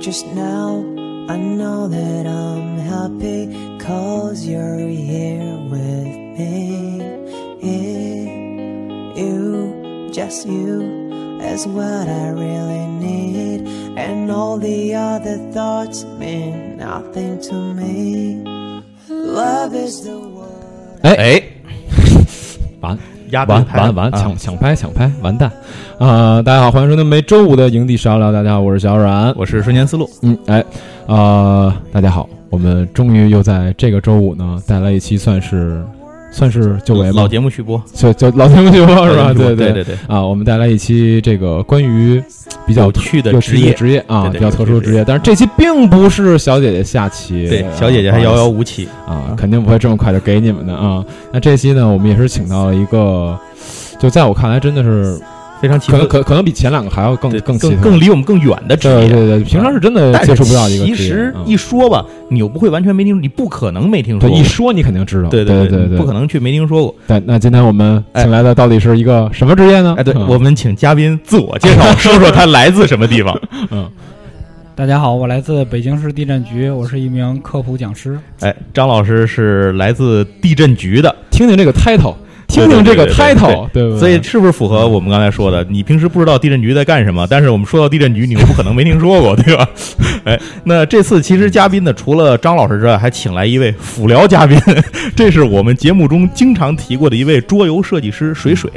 just now. I know that I'm happy cause you're here with me. You, just you, is what I really need. And all the other thoughts mean nothing to me. Love is the word. 哎哎， 完压完平完完，啊抢抢拍抢拍，完蛋！啊，大家好，欢迎收听每周五的营地沙聊。大家好，我是小冉。我是瞬间思路，嗯，哎，啊，大家好，我们终于又在这个周五呢带来一期算是算是久违吧老，节目续播就就老听不听是吧？老节对目续播对对对对，啊，我们带来一期这个关于比较有趣的有趣职业，职业啊，对对比较有趣特殊的职职业。但是这期并不是小姐姐下期，对啊，小姐姐还遥遥无期，啊，肯定不会这么快就给你们的啊。那这期呢，我们也是请到了一个，就在我看来真的是非常奇可能特，可可能比前两个还要更对更奇更特更离我们更远的职对业。对对，平常是真的啊但接是触不到的一个其职业实嗯一说吧，你又不会完全没听，你不可能没听说对过一。说你肯定知道，对对对对，不可。能去没听说过。对，那今天我们请来的到底是一个什么职业呢？哎，对嗯我们请嘉宾自我 介绍，说说他来自什么地方。大家好，我来自北京市地震局，我是一名科普讲师。哎，张老师是来自地震局的，听听这个 title，对听对听这个对对对 title，对不嗯对？所以是不是符合我们刚才说的？你平时不知道地震局在干什么，但是我们说到地震局，你又不可能没听说过，对 吧？哎，那这次其实嘉宾呢，除了张老师之外，还请来一位辅聊嘉宾， 这是我们节目中经常提过的一位桌游设计师水水。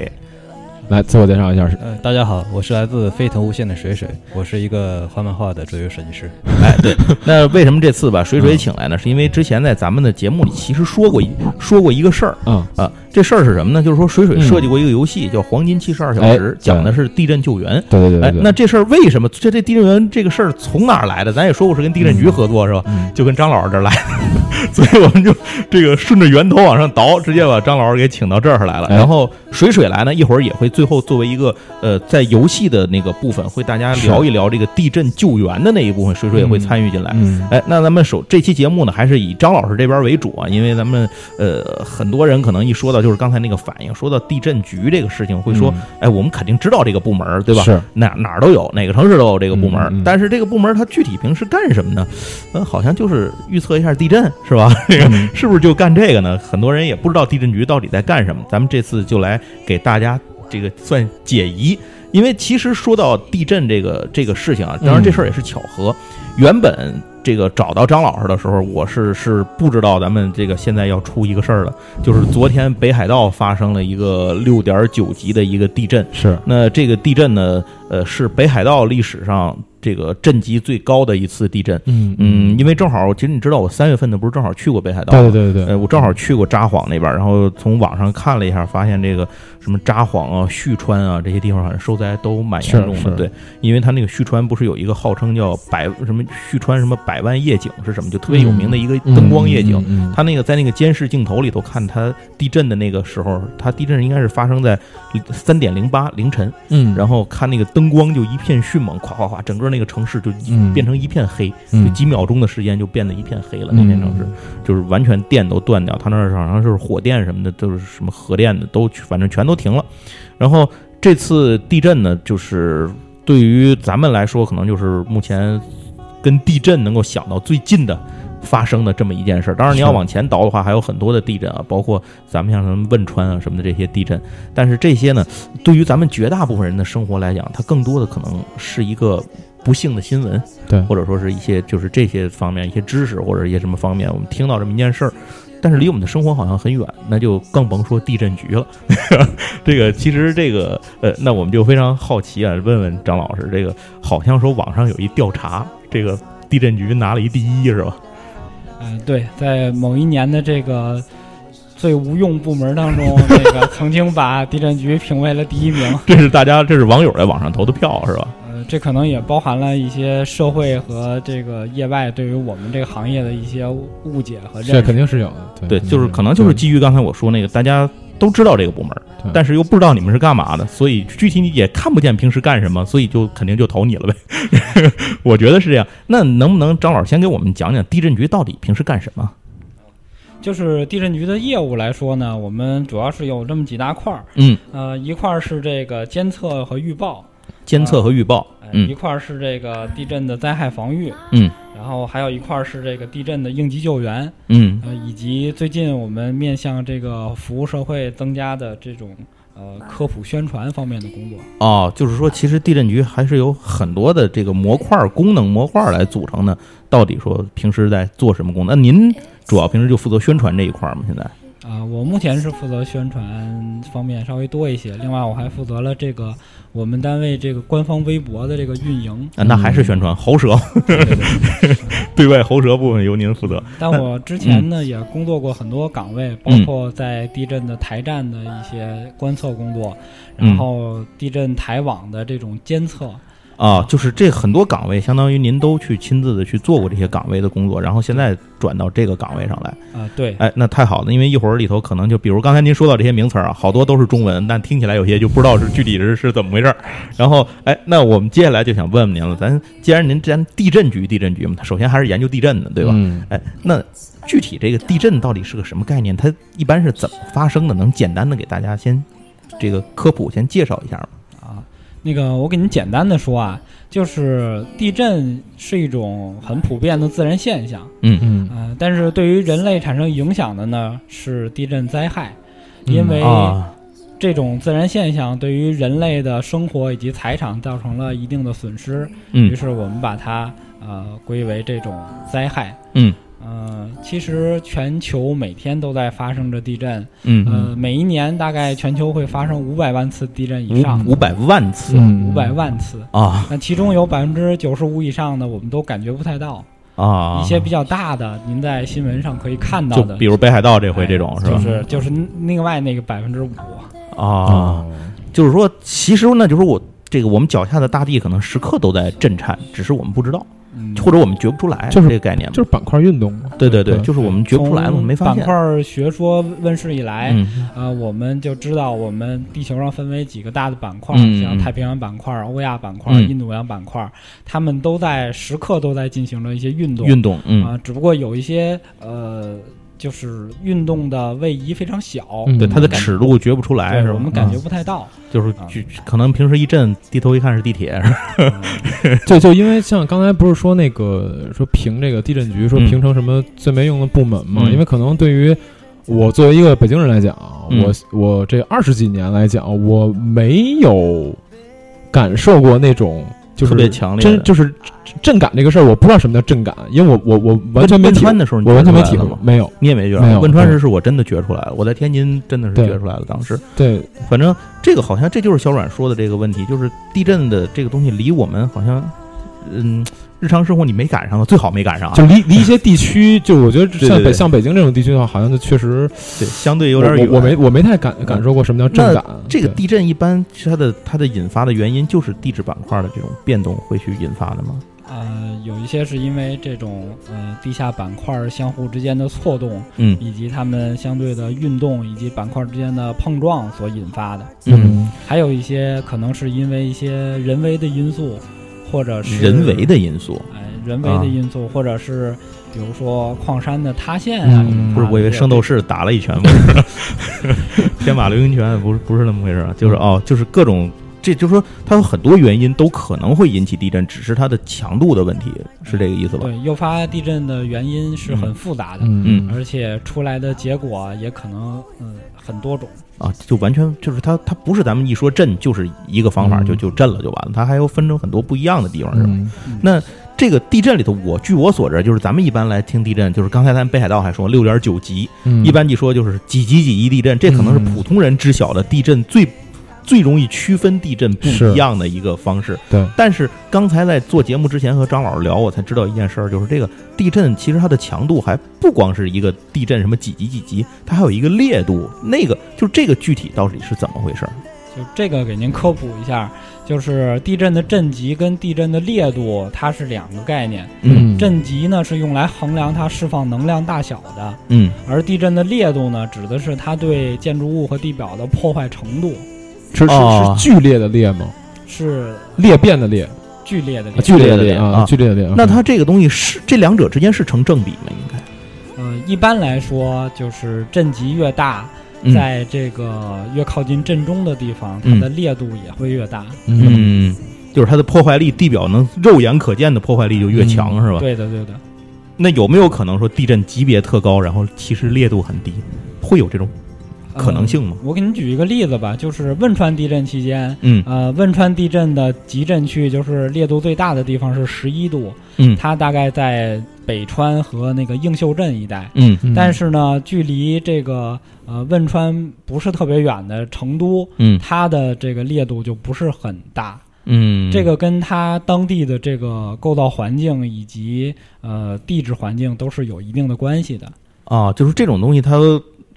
来自我介绍一下，是呃，大家好，我是来自飞腾无限的水水，我是一个画漫画的桌游设计师。哎，对， 那为什么这次把水水请来呢？是因为之前在咱们的节目里其实说过一说过一个事儿。嗯，啊，这事儿是什么呢？就是说，水水设计过一个游戏、叫《黄金七十二小哎时》，讲的是地震救援。对对对哎对，对，那这事儿为什么这这地震员这个事儿从哪儿来的？咱也说过是跟地震局合作、是吧？嗯就跟张老师这儿来的， 所以我们就这个顺着源头往上倒，直接把张老师给请到这儿来了。哎然后水水来呢，一会儿也会最后作为一个呃，在游戏的那个部分，会大家是聊一聊这个地震救援的那一部分，水水也会嗯参与进来。嗯哎，那咱们首这期节目呢，还是以张老师这边为主啊，因为咱们呃很多人可能一说到就是刚才那个反应，说到地震局这个事情，会说，嗯哎，我们肯定知道这个部门儿，对吧？是哪哪儿都有，哪个城市都有这个部门儿。嗯嗯但是这个部门儿它具体平时干什么呢？呃，好像就是预测一下地震，是吧？这个嗯 是不是就干这个呢？很多人也不知道地震局到底在干什么。咱们这次就来给大家这个算解疑，因为其实说到地震这个这个事情啊，当然嗯这事儿也是巧合。原本这个找到张老师的时候，我是是不知道咱们这个现在要出一个事儿了，就是昨天北海道发生了一个六点九级的一个地震。是那这个地震呢，呃，是北海道历史上这个震级最高的一次地震。嗯嗯，因为正好，其实你知道，我三月份的不是正好去过北海道吗？对对对对呃，我正好去过札幌那边，然后从网上看了一下，发现这个什么札幌啊、旭川啊这些地方，好像受灾都蛮严重是的。是对，因为它那个旭川不是有一个号称叫百什么旭川什么百万夜景是什么，就特别有名的一个对，灯光夜景。嗯，嗯嗯它那个在那个监视镜头里头看它地震的那个时候，它地震应该是发生在三点零八凌晨，嗯，然后看那个灯光就一片迅猛，咵咵咵，整个那个城市就一嗯变成一片黑，嗯就几秒钟的时间就变得一片黑了。那片城市嗯就是完全电都断掉，他那儿好像是火电什么的，都是什么核电的，都反正全都停了。然后这次地震呢，就是对于咱们来说，可能就是目前跟地震能够想到最近的。发生的这么一件事儿，当然你要是往前倒的话，还有很多的地震啊，包括咱们像什么汶川啊什么的这些地震，但是这些呢，对于咱们绝大部分人的生活来讲，它更多的可能是一个不幸的新闻，对或者说是一些就是这些方面一些知识或者一些什么方面，我们听到这么一件事儿，但是离我们的生活好像很远，那就更甭说地震局了。 这个其实这个呃，那我们就非常好奇啊，问问张老师，这个好像说网上有一调查，这个地震局拿了一第一是吧？ 嗯、对，在某一年的这个最无用部门当中，这个曾经把地震局评为了第一名。 这是大家这是网友在网上投的票是吧？呃，这可能也包含了一些社会和这个业外对于我们这个行业的一些误解和这认识。肯定是有的，对，嗯对，肯定就是有可能就是对基于刚才我说那个，大家都知道这个部门对，但是又不知道你们是干嘛的，所以具体你也看不见平时干什么，所以就肯定就投你了呗。 我觉得是这样。那能不能张老师先给我们讲讲地震局到底平时干什么？就是地震局的业务来说呢，我们主要是有这么几大块儿。嗯呃，一块儿是这个监测和预报，监测和预报哎，一嗯块儿是这个地震的灾害防御，嗯然后还有一块儿是这个地震的应急救援，嗯呃，以及最近我们面向这个服务社会增加的这种呃科普宣传方面的工作。哦，就是说，其实地震局还是有很多的这个模块儿功能模块儿来组成的。到底说平时在做什么工作？那您主要平时就负责宣传这一块儿吗？现在？啊、我目前是负责宣传方面稍微多一些，另外我还负责了这个我们单位这个官方微博的这个运营，啊，那还是宣传喉舌， 对外喉舌部分由您负责。但我之前呢、也工作过很多岗位，包嗯括在地震的台站的一些观测工作，嗯然后地震台网的这种监测。啊，就是这很多岗位，相当于您都去亲自的去做过这些岗位的工作，然后现在转到这个岗位上来，啊、对，哎，那太好了，因为一会儿里头可能就比如刚才您说到这些名词儿啊，好多都是中文，但听起来有些就不知道是具体是是怎么回事儿。然后，哎，那我们接下来就想问问您了，咱既然您咱地震局地震局嘛，首先还是研究地震的，对吧？嗯哎，那具体这个地震到底是个什么概念？它一般是怎么发生的？能简单的给大家先这个科普先介绍一下吗？啊，那个我给您简单的说啊，就是地震是一种很普遍的自然现象，嗯嗯、但是对于人类产生影响的呢是地震灾害，嗯因为啊，这种自然现象对于人类的生活以及财产造成了一定的损失，于嗯是我们把它呃归为这种灾害。嗯呃，其实全球每天都在发生着地震，嗯，呃，每一年大概全球会发生五百万次地震以上，五五百万次嗯五百万次。啊那其中有百分之九十五以上的，我们都感觉不太到。啊，一些比较大的，您在新闻上可以看到就的，比如北海道这回这种哎是吧就？是就是另外那个百分之五，嗯啊，，就是说，其实呢，就是我这个我们脚下的大地可能时刻都在震颤，只是我们不知道，嗯，或者我们觉不出来，就是这个概念嘛。就是板块运动嘛，嗯对对对，对就是我们觉不出来嘛，从没发板现。块学说问世以来，嗯呃，我们就知道我们地球上分为几个大的板块，嗯像嗯太平洋板块、欧亚板块、嗯印度洋板块，它们都在时刻都在进行着一些运动。运动，嗯啊、，只不过有一些呃，就是运动的位移非常小，嗯对，它的尺度觉不出来，对是吧？我们嗯感觉不太到。就是啊就可能平时一震，低头一看是地铁，是吧就就因为像刚才不是说那个说评这个地震局说嗯评成什么最没用的部门嘛？嗯因为可能对于我作为一个北京人来讲，嗯我我这二十几年来讲，我没有感受过那种就是特别强烈的。真就是震感这个事儿，我不知道什么叫震感，因为我我我完全没汶体川的时候，我完全没体会过过，，没有。你也没觉没得。有汶川时是我真的觉出来了，我在天津真的是对觉出来了。当时，对，反正这个好像这就是小阮说的这个问题，就是地震的这个东西离我们好像，嗯，日常生活你没赶上，最好没赶上啊就。离离一些地区，就我觉得对像对对北像北京这种地区的话，好像就确实对，相对有点我远。嗯我我没我没太感感受过什么叫震感。这个对地震一般是它的它的引发的原因就是地质板块的这种变动会去引发的吗？呃，有一些是因为这种呃地下板块相互之间的错动，嗯以及它们相对的运动以及板块之间的碰撞所引发的，嗯，还有一些可能是因为一些人为的因素，或者是人为，的啊因素。哎，人为的因素，或者是比如说矿山的塌陷啊，嗯不是，我以为圣斗士打了 一拳，不是，天马流星拳，不是不是那么回事儿，就是哦，就是各种，这就是说它有很多原因都可能会引起地震，只是它的强度的问题，是这个意思吧？对诱发地震的原因是很复杂的，嗯而且出来的结果也可能嗯很多种。啊，就完全就是它，它不是咱们一说震就是一个方法嗯就就震了就完了，它还有分成很多不一样的地方，是吧？嗯那这个地震里头，我据我所知，就是咱们一般来听地震，就是刚才咱北海道还说六点九级，嗯一般一说就是几级几级地震，这可能是普通人知晓的地震最、最容易区分地震不一样的一个方式。对，但是刚才在做节目之前和张老师聊，我才知道一件事儿，就是这个地震其实它的强度还不光是一个地震什么几级几级，它还有一个烈度。嗯那个就这个具体到底是怎么回事儿？就这个给您科普一下，就是地震的震级跟地震的烈度，它是两个概念。嗯震级呢是用来衡量它释放能量大小的，嗯而地震的烈度呢指的是它对建筑物和地表的破坏程度，是哦是是剧烈的烈吗？是裂变的裂，剧烈的啊烈。剧烈的剧烈的裂啊啊，剧烈的裂。那它这个东西是这两者之间是成正比吗？应该呃，一般来说就是震级越大，嗯在这个越靠近震中的地方，它嗯的烈度也会越大。嗯，嗯，就是它的破坏力，地表能肉眼可见的破坏力就越强，嗯是吧？对的，对的，那有没有可能说地震级别特高，然后其实烈度很低，会有这种可能性吗？呃我给你举一个例子吧，就是汶川地震期间，嗯呃，汶川地震的集震区就是烈度最大的地方是十一度，嗯它大概在北川和那个映秀镇一带。嗯但是呢，距离这个呃汶川不是特别远的成都，嗯它的这个烈度就不是很大。嗯，这个跟它当地的这个构造环境以及呃地质环境都是有一定的关系的。啊，就是这种东西它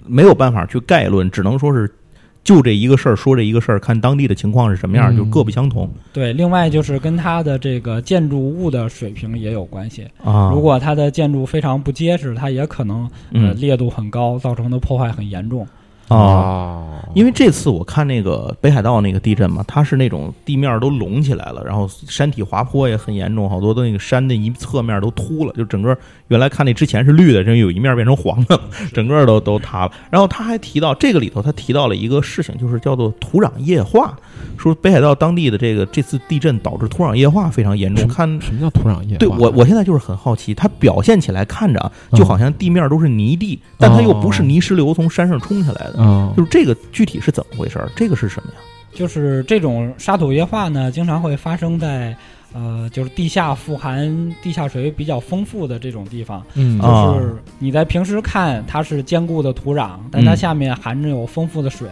没有办法去概论，只能说是就这一个事儿说这一个事儿，看当地的情况是什么样，嗯就各不相同对，另外就是跟它的这个建筑物的水平也有关系。啊。如果它的建筑非常不结实，它也可能呃嗯烈度很高，造成的破坏很严重。啊。啊，因为这次我看那个北海道那个地震嘛，它是那种地面都隆起来了，然后山体滑坡也很严重，好多的那个山的一侧面都秃了，就整个原来看那之前是绿的，这有一面变成黄的了， 整个都都塌了。然后他还提到这个里头，他提到了一个事情，就是叫做土壤液化，说北海道当地的这个这次地震导致土壤液化非常严重。看，什么叫土壤液化？对我我现在就是很好奇，它表现起来看着啊，就好像地面都是泥地，但它又不是泥石流从山上冲下来的。啊，就是这个具体是怎么回事儿？这个是什么呀？就是这种沙土液化呢，经常会发生在呃就是地下富含地下水比较丰富的这种地方。嗯啊就是你在平时看它是坚固的土壤，但它嗯下面含着有丰富的水。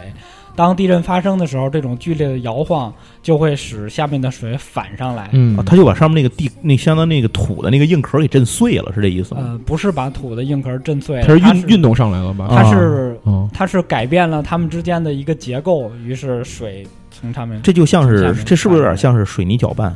当地震发生的时候，这种剧烈的摇晃就会使下面的水反上来。嗯啊，它就把上面那个地那相当那个土的那个硬壳给震碎了，是这意思吗？呃，不是把土的硬壳震碎了，它是它运运动上来了吧？啊它是哦，它是改变了它们之间的一个结构，于是水从上面。这就像下是面这是不是有点像是水泥搅拌？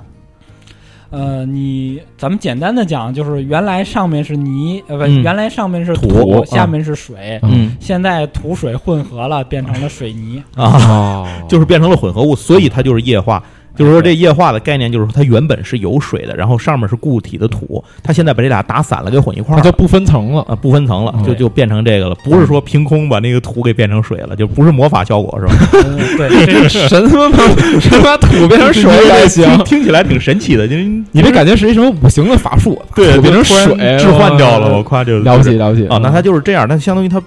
呃，你咱们简单的讲，就是原来上面是泥，呃不，嗯原来上面是土啊下面是水，嗯现在土水混合了，变成了 水泥。啊，哦， 就是变成了混合物，所嗯以它就是液化。就是说，这液化的概念就是说，它原本是有水的，然后上面是固体的土，它现在把这俩打散了，给混一块它儿就嗯了，不分层 了。啊不分层了，就对就变成这个了。不是说凭空把那个土给变成水了，就不是魔法效果是吧？嗯 对，这个神他妈神把 土 变成水还行？听听起来挺神奇的，因为你这感觉是一什么五行的法术？对土变成突然水，嗯置换掉了，我夸就了不起就是了不起啊，那它就是这样，那相当于它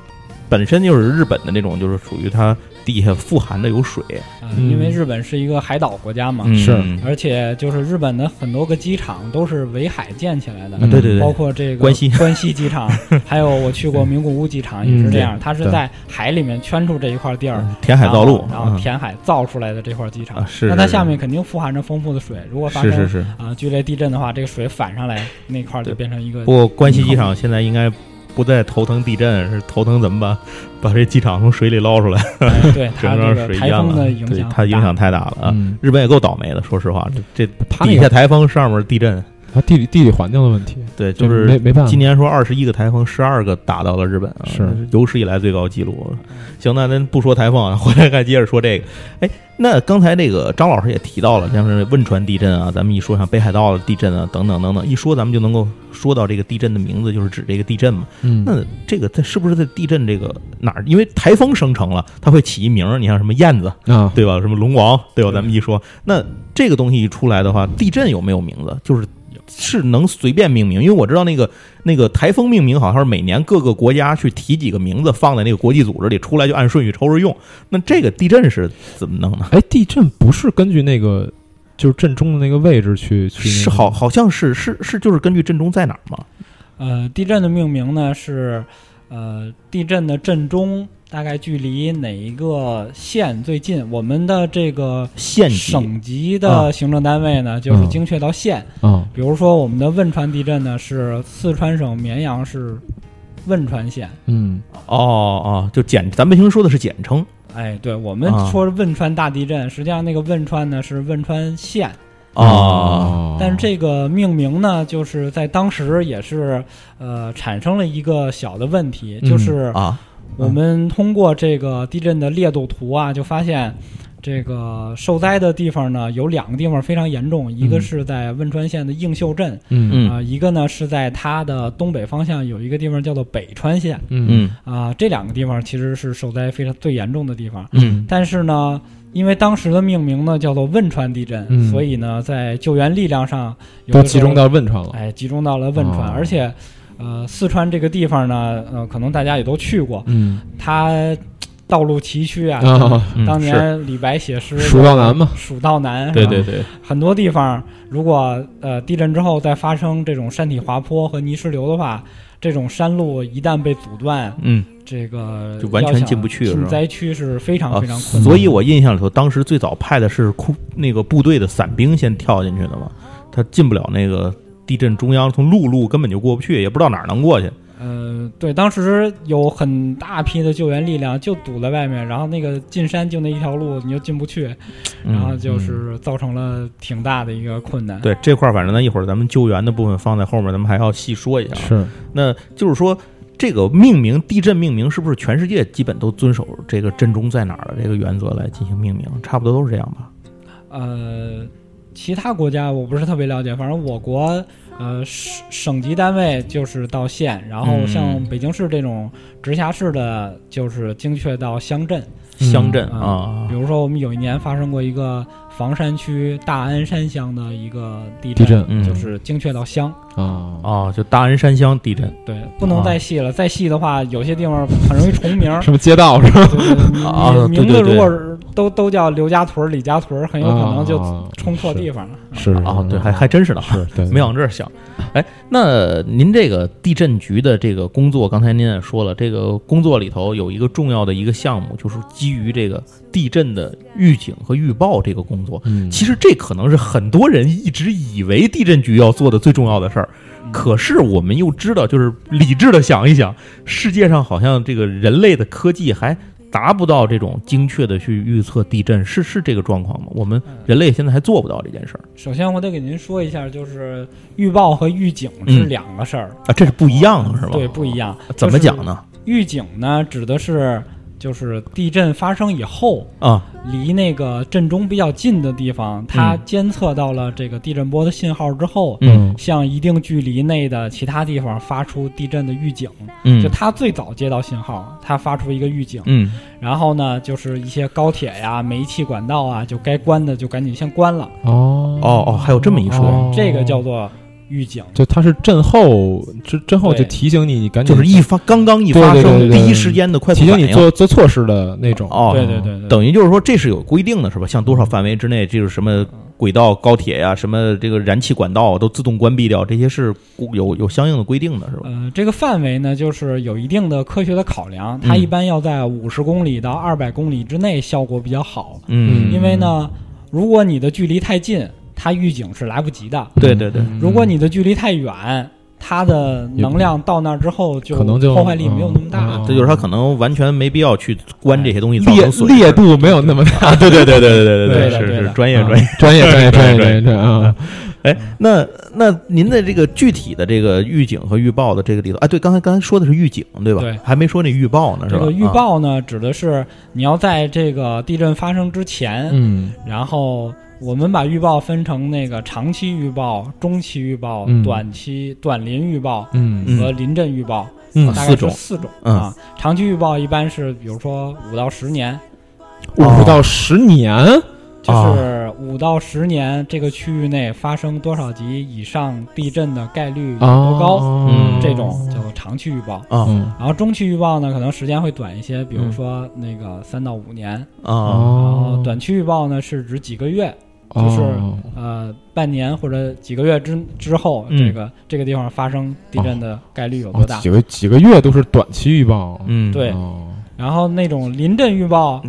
本身就是日本的那种，就是属于它地下富含的有水，呃嗯因为日本是一个海岛国家嘛，是嗯而且就是日本的很多个机场都是围海建起来的，嗯对对包对，括这个关西 关西 机场，还有我去过名古屋机场也嗯是这样，它是对在海里面圈出这一块地儿，嗯填海造陆然后然后嗯填海造出来的这块机场啊，是那它是是下面肯定富含着丰富的水，如果发是是生是。啊剧烈地震的话，这个水反上来那块儿就对变成一个不过关西机场现在应该不再头疼地震，是头疼怎么把把 这机场从水里捞出来，哎对它 整这个个水台淹风了的，影对响，它影响。太大了啊！嗯，日本也够倒霉的，说实话，这这它那底个下台风，上面地震，它地理地理环境的问题，对，就没是没办法今。年说二十一个台风，十二个打到了日本啊，是有史以来最高纪录。行，那咱不说台风啊， 回来再接着说这个。哎，那刚才那个张老师也提到了，像是汶川地震啊，咱们一说像北海道的地震啊，等等等等，一说咱们就能够说到这个地震的名字，就是指这个地震嘛。嗯，那这个它是不是在地震这个哪儿？因为台风生成了，它会起一名儿，你像什么燕子，啊，对吧？什么龙王，对吧？咱们一说，那这个东西一出来的话，地震有没有名字？就是是能随便命名，因为我知道那个那个台风命名好像是每年各个国家去提几个名字放在那个国际组织里，出来就按顺序抽着用。那这个地震是怎么弄的？哎，地震不是根据那个就是震中的那个位置去去那个是好，好像是是是，就是根据震中在哪儿吗？呃，地震的命名呢是，呃，地震的震中大概距离哪一个县最近？我们的这个县级啊省级的行政单位呢，就是嗯精确到县。啊比如说，我们的汶川地震呢是四川省绵阳市汶川县。嗯哦哦，就简，咱们平时说的是简称哎，对我们啊说汶川大地震，实际上那个汶川呢是汶川县，啊。哦但是这个命名呢，就是在当时也是呃产生了一个小的问题，嗯就是啊，我们通过这个地震的烈度图啊，就发现这个受灾的地方呢，有两个地方非常严重，一个嗯是在汶川县的映秀镇，嗯啊、一个呢是在它的东北方向有一个地方叫做北川县嗯嗯啊、这两个地方其实是受灾非常最严重的地方。嗯但是呢，因为当时的命名呢叫做汶川地震，嗯所以呢，在救援力量上有都的时集中候到汶川了。哎集中到了汶川，哦而且呃，四川这个地方呢，呃，可能大家也都去过，嗯它道路崎岖啊。啊，嗯当是年李白写诗蜀道难嘛，蜀道难，对是吧对对，很多地方如果呃地震之后再发生这种山体滑坡和泥石流的话，这种山路一旦被阻断，嗯这个就完全要想进不去是进吧灾区是非常啊非常，困难。所以我印象里头，当时最早派的是库那个部队的伞兵先跳进去的嘛，他进不了那个地震中央，从陆路根本就过不去，也不知道哪儿能过去。呃，对，当时有很大批的救援力量就堵在外面，然后那个进山就那一条路，你又进不去，嗯然后就是造成了挺大的一个困难。对这块儿，反正咱一会儿咱们救援的部分放在后面，咱们还要细说一下啊。是那就是说，这个命名地震命名是不是全世界基本都遵守这个震中在哪儿的这个原则来进行命名？差不多都是这样吧？呃，其他国家我不是特别了解，反正我国呃省省级单位就是到县，然后嗯像北京市这种直辖市的，就是精确到乡镇。嗯乡镇嗯啊比，如说，我们有一年发生过一个房山区大安山乡的一个地地震嗯就是精确到乡。嗯啊，哦，就大安山乡地震对，不啊能再细了，再细的话，有些地方很容易重名儿。 哦什么街道是吧？对对对啊名名对对字对如果是都都叫刘家屯儿、李家屯儿，很有可能就啊冲错地方了。是啊，对，还还真是呢，是对，没往这儿想。哎，那您这个地震局的这个工作，刚才您也说了，这个工作里头有一个重要的一个项目，就是基于这个地震的预警和预报这个工作。嗯，其实这可能是很多人一直以为地震局要做的最重要的事儿，嗯可是我们又知道，就是理智的想一想，世界上好像这个人类的科技还达不到这种精确的去预测地震，是是这个状况吗？我们人类现在还做不到这件事儿首先，我得给您说一下，就是预报和预警是两个事儿，啊，这是不一样的是吧？对，不一样。怎么讲呢？预警呢，指的是就是地震发生以后，啊，离那个震中比较近的地方，它嗯监测到了这个地震波的信号之后，嗯向一定距离内的其他地方发出地震的预警。嗯就它最早接到信号，它发出一个预警，嗯然后呢，就是一些高铁呀、煤气管道啊，就该关的就赶紧先关了，哦哦哦，还有这么一说，哦这个叫做预警。就它是震后，震震后就对提醒你，你赶紧就是一发刚刚一发对对对生，对对第一时间的快速提醒反应你做做措施的那种。哦，对对对对，等于就是说这是有规定的，是吧？像多少范围之内，就是什么轨道、高铁呀、什么这个燃气管道都自动关闭掉，这些是有有相应的规定的，是吧？呃，这个范围呢，就是有一定的科学的考量，它嗯一般要在五十公里到二百公里之内效果比较好，嗯，因为呢，如果你的距离太近，它预警是来不及的；对对对，嗯如果你的距离太远，它的能量到那儿之后就可能就破坏力没有那么大。嗯这就是他可能完全没必要去关这些东西造烈成损失。烈嗯度没有那么大，啊，对对对对对对对的是对是的专业专业。专业专业专业专业专业啊！哎，那那您的这个具体的这个预警和预报的这个里头，啊，对，刚才刚才说的是预警，对吧？对还没说那预报呢，是这吧？个预啊报呢，指的是你要在这个地震发生之前，嗯然后我们把预报分成那个长期预报、中期预报、嗯短期短临预报嗯和临震预报，嗯大四概种是四种嗯啊。长期预报一般是比如说五到十年，五到十年哦啊就是五到十年这个区域内发生多少级以上地震的概率有多高，哦嗯这种叫做长期预报。啊嗯然后中期预报呢，可能时间会短一些，比如说那个三到五年。啊然哦后短期预报呢是指几个月，就是呃半年或者几个月之之后，嗯这个这个地方发生地震的概率有哦多大几？个几个月都是短期预报，嗯，对哦然后那种临阵预报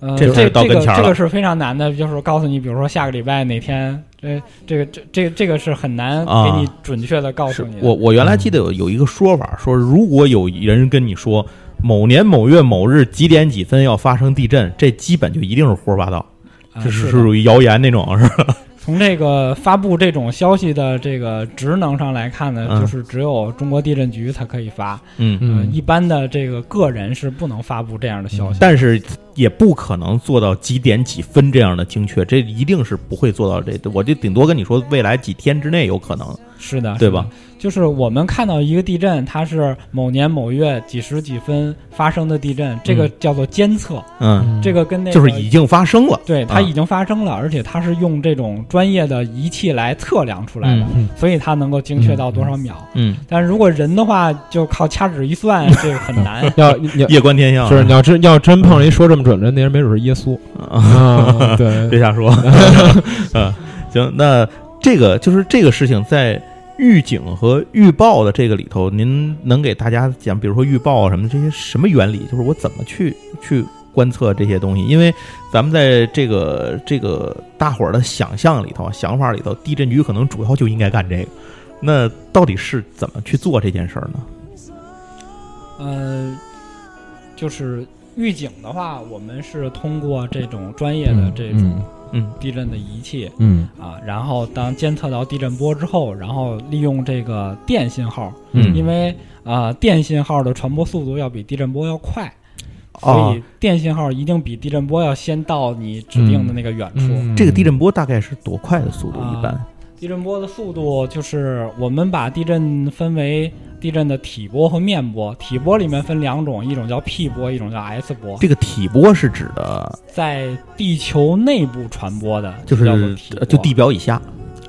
嗯，呃，这这就是这到跟个前儿这了个是非常难的，就是告诉你，比如说下个礼拜哪天，这这个这这这个是很难啊给你准确的告是诉你的。我我原来记得有有一个说法，说如果有人跟你说某年某月某日几点几分要发生地震，这基本就一定是胡说八道，啊这是的属于谣言那种，是吧？从这个发布这种消息的这个职能上来看呢，嗯就是只有中国地震局才可以发，嗯。嗯呃嗯一般的这个个人是不能发布这样的消息的。但是也不可能做到几点几分这样的精确，这一定是不会做到这。我就顶多跟你说，未来几天之内有可能。是的，对吧是的？就是我们看到一个地震，它是某年某月几时几分发生的地震，这个叫做监测，嗯，这个跟那个就是已经发生了。对它啊已经发生了，而且它是用这种专业的仪器来测量出来的，嗯所以它能够精确到多少秒。嗯，但是如果人的话，就靠掐指 一算，这个很难。要要夜观天象就是你要真要真碰上一说这么准的，那人没准是耶 稣啊，啊，对，别瞎 说。嗯，行，那这个就是这个事情在。预警和预报的这个里头，您能给大家讲，比如说预报啊什么这些什么原理？就是我怎么去去观测这些东西？因为咱们在这个这个大伙儿的想象里头、啊想法里头，地震局可能主要就应该干这个。那到底是怎么去做这件事儿呢？呃，就是预警的话，我们是通过这种专业的这种嗯嗯地震的仪器，嗯啊，然后当监测到地震波之后，然后利用这个电信号，嗯因为啊、呃电信号的传播速度要比地震波要快，所哦以电信号一定比地震波要先到你指定的那个远处。嗯，这个地震波大概是多快的速度？啊一般地震波的速度就是我们把地震分为地震的体波和面波，体波里面分两种，一种叫 P 波，一种叫 S 波，这个体波是指的，在地球内部传播的就是叫做体波呃就地表以下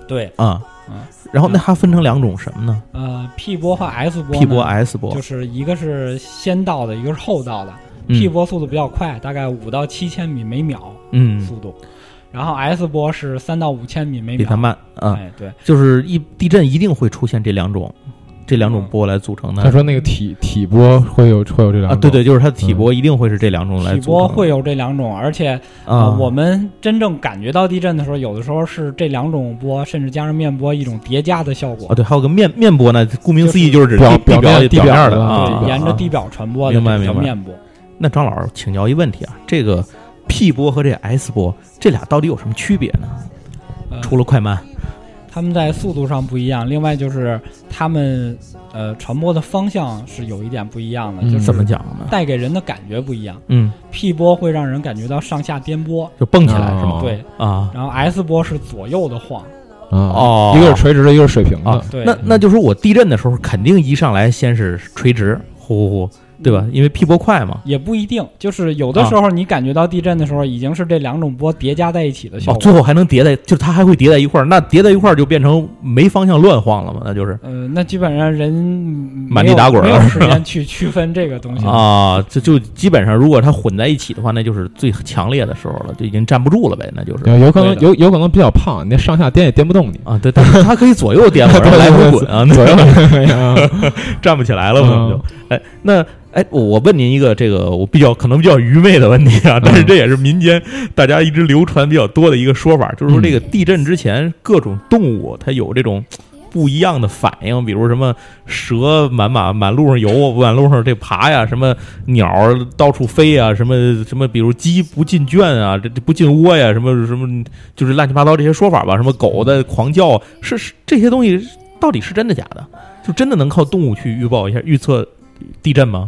对啊嗯。然后那它分成两种什么呢呃 P 波和 S 波？P 呢波、S 波就。是一个是先到的，一个是后到的。嗯 P 波速度比较快，大概五到七千米每秒嗯，速度，然后 S 波是三到五千米每比秒。它慢啊。哎，对，就是一地震一定会出现这两种，这两嗯种波来组成的他说那个体体波会有会有这两啊。种对对，就是它的体波一定会是这两种来嗯体组成的。波会有这两种，而且啊，呃我们真正感觉到地震的时候，有的时候是这两种波，甚至加上面波一种叠加的效啊，果，对，还有个面面波呢，顾名思义就是指表地地表面地地表的的啊对，啊沿着地表传播的明白这个叫明白面波。那张老师请教一问题啊，这个 P 波和这 S 波这俩到底有什么区别呢？呃除了快慢，它们在速度上不一样，另外就是它们呃传播的方向是有一点不一样的，嗯就是怎么讲呢？带给人的感觉不一样。嗯， P 波会让人感觉到上下颠簸，就蹦起来是吗？哦对，啊然后 S 波是左右的晃，啊，哦一个是垂直的，一个是水平的啊，对那那就是我地震的时候，肯定一上来先是垂直，呼呼呼，对嗯吧？因为 P 波快嘛。也不一定，就是有的时候你感觉到地震的时候，已经是这两种波叠加在一起的效哦，果。最后还能叠在，就是它还会叠在一块儿，那叠在一块儿就变成没方向乱晃了嘛？那就是呃，那基本上人嗯满没地有打滚儿没有了时间去区分这个东嗯 西。啊，这就基本上，如果它混在一起的话，那就是最强烈的时候了，就已经站不住了呗，那就是有有可能对的有有可能比较胖，你那上下颠也颠不动你，啊，对，但是它可以左右颠 嘛，对对来对回对啊滚啊，左右 站不起来了嘛，嗯就哎，那哎，我我问您一个这个我比较可能比较愚昧的问题啊，但是这也是民间大家一直流传比较多的一个说法，就是说这个嗯地震之前各种动物它有这种。不一样的反应，比如什么蛇满马满路上游，满路上这爬呀，什么鸟儿到处飞啊，什么什么，比如鸡不进圈啊，这这不进窝呀，什么什么，就是乱七八糟这些说法吧，什么狗在狂叫，是是这些东西到底是真的假的？就真的能靠动物去预报一下预测地震吗？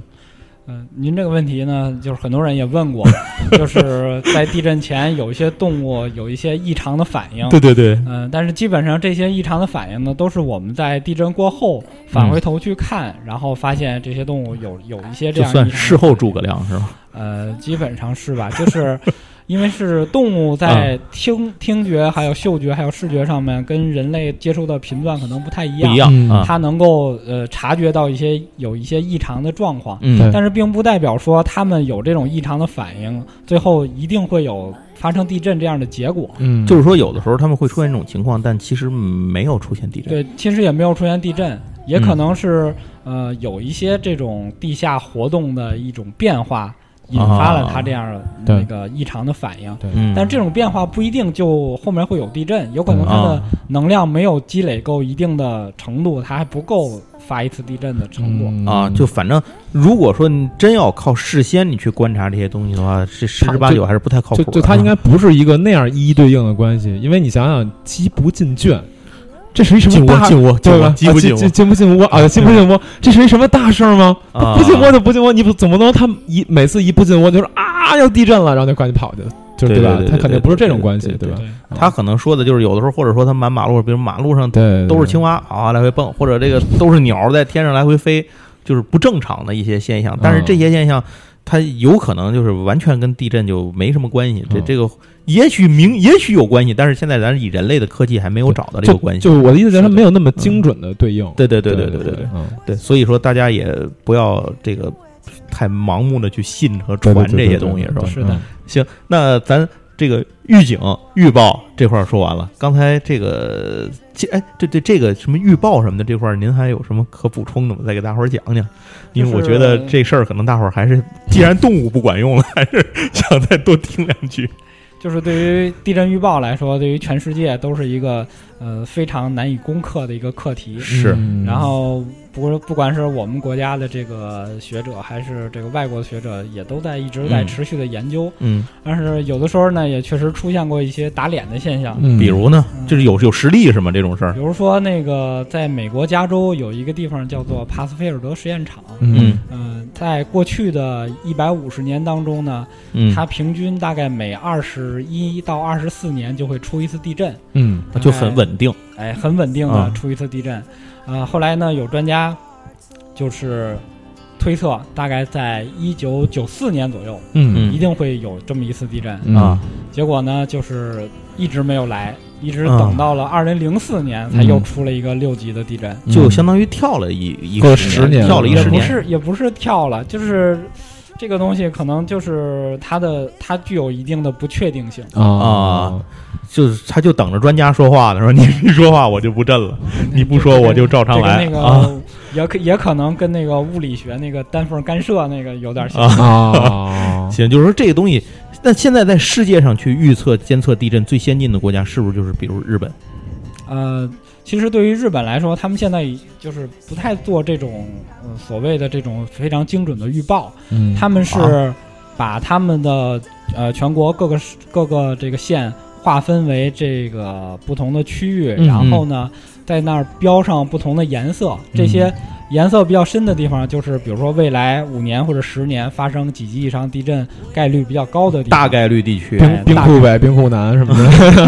嗯、您这个问题呢，就是很多人也 问过，就是在地震前有一些动物有一些异常的反应。对对，嗯、但是基本上这些异常的反应呢，都是我们在地震过后返回头去看，然后发现这些动物有有一些这就样算异常的事后反应诸葛亮是吧？呃，基本上是吧？ 就是因为是动物啊在听、听觉、还有嗅觉、还有视觉上面跟人类接触的频段可能不太一不样，一样嗯啊，它能够呃察觉到一些有一些异常的状况，嗯但是并不代表说它们有这种异常的反应，最后一定会有发生地震这样的结果。嗯，就是说有的时候他们会出现这种情况，但其实没有出现地震。对，其实也没有出现地震，也可能是、呃有一些这种地下活动的一种变化，引发了它这样的对那个异常的反应。嗯，但这种变化不一定就后面会有地震，有可能它的啊能量没有积累够一定的程度，它还不够发一次地震的程度。嗯啊，就反正如果说你真要靠事先你去观察这些东西的话，是十之八九还是不太靠谱就啊的。嗯就它应该不是一个那样一一对应的关系，因为你想想，鸡不进圈，这是一什么进大窝进窝进对窝吧？啊鸡不进进窝进不进窝啊？进不进窝？这是一什么大事儿吗？啊不进窝就不进窝，你不总不能他一每次一不进窝就说啊啊，要地震了，然后就赶紧跑去，就是对吧对？对他肯定不是这种关系，对对吧？他可能说的就是有的时候，或者说他满马路，比如马路上对，都是青蛙啊来回蹦，或者这个都是鸟在天上来回飞，就是不正常的一些现象。但是嗯这些现象，它有可能就是完全跟地震就没什么关系。这嗯这个也许明也许有关系，但是现在咱以人类的科技还没有找到这个关系。就就我的意思，它是的没有那么精准的对应。对对对对对对对对，嗯，对，所以说大家也不要这个太盲目的去信和对对嗯传对这对些对东西，对是吧？对是的嗯行，那咱这个预警、预报这块儿说完了。刚才这个，这哎，这这这个什么预报什么的这块儿，您还有什么可补充的吗？再给大伙儿讲讲，因为我觉得就是这事儿可能大伙儿 还是，既然动物不管用了，还是 想再多听两句。就是对于地震预报来说，对于全世界都是一个呃非常难以攻克的一个课题。是嗯然后不不管是我们国家的这个学者，还是这个外国的学者，也都在一直在嗯持续的研究。嗯，但是有的时候呢，也确实出现过一些打脸的现象。嗯比如呢，嗯就是有有实例是吗？这种事儿比，如说，那个在美国加州有一个地方叫做帕斯菲尔德实验场，嗯嗯、在过去的一百五十年当中呢，嗯，它平均大概每二十一到二十四年就会出一次地震，嗯它就很稳定，哎，很稳定的啊出一次地震。呃，后来呢，有专家就是推测，大概在一九九四年左右，嗯一定会有这么一次地震。嗯啊，结果呢，就是一直没有来，一直啊等到了二零零四年才又嗯出了一个六级的地震。就相当于跳了一一过了十10年跳了一也十不年，是也不是跳了，就是这个东西可能就是它的它具有一定的不确定性。啊啊就是他就等着专家说话呢，说 你一说话我就不 震了，你不说我就照常来这跟那啊个也可也可能跟那个物理学那个单缝干涉那个有点像。啊。，啊 行，就是说这个东西，那现在在世界上去预测监测地震最先进的国家是不是就是比如日本？嗯呃，其实对于日本来说，他们现在已就是不太做这种、呃、所谓的这种非常精准的预报，嗯他们是把他们的呃全国各个市各个这个县划分为这个不同的区域，嗯然后呢在那儿标上不同的颜色，这些嗯颜色比较深的地方，就是比如说未来五年或者十年发生几级以上地震概率比较高的地方，大概率地区，冰冰库北、冰库南什么的，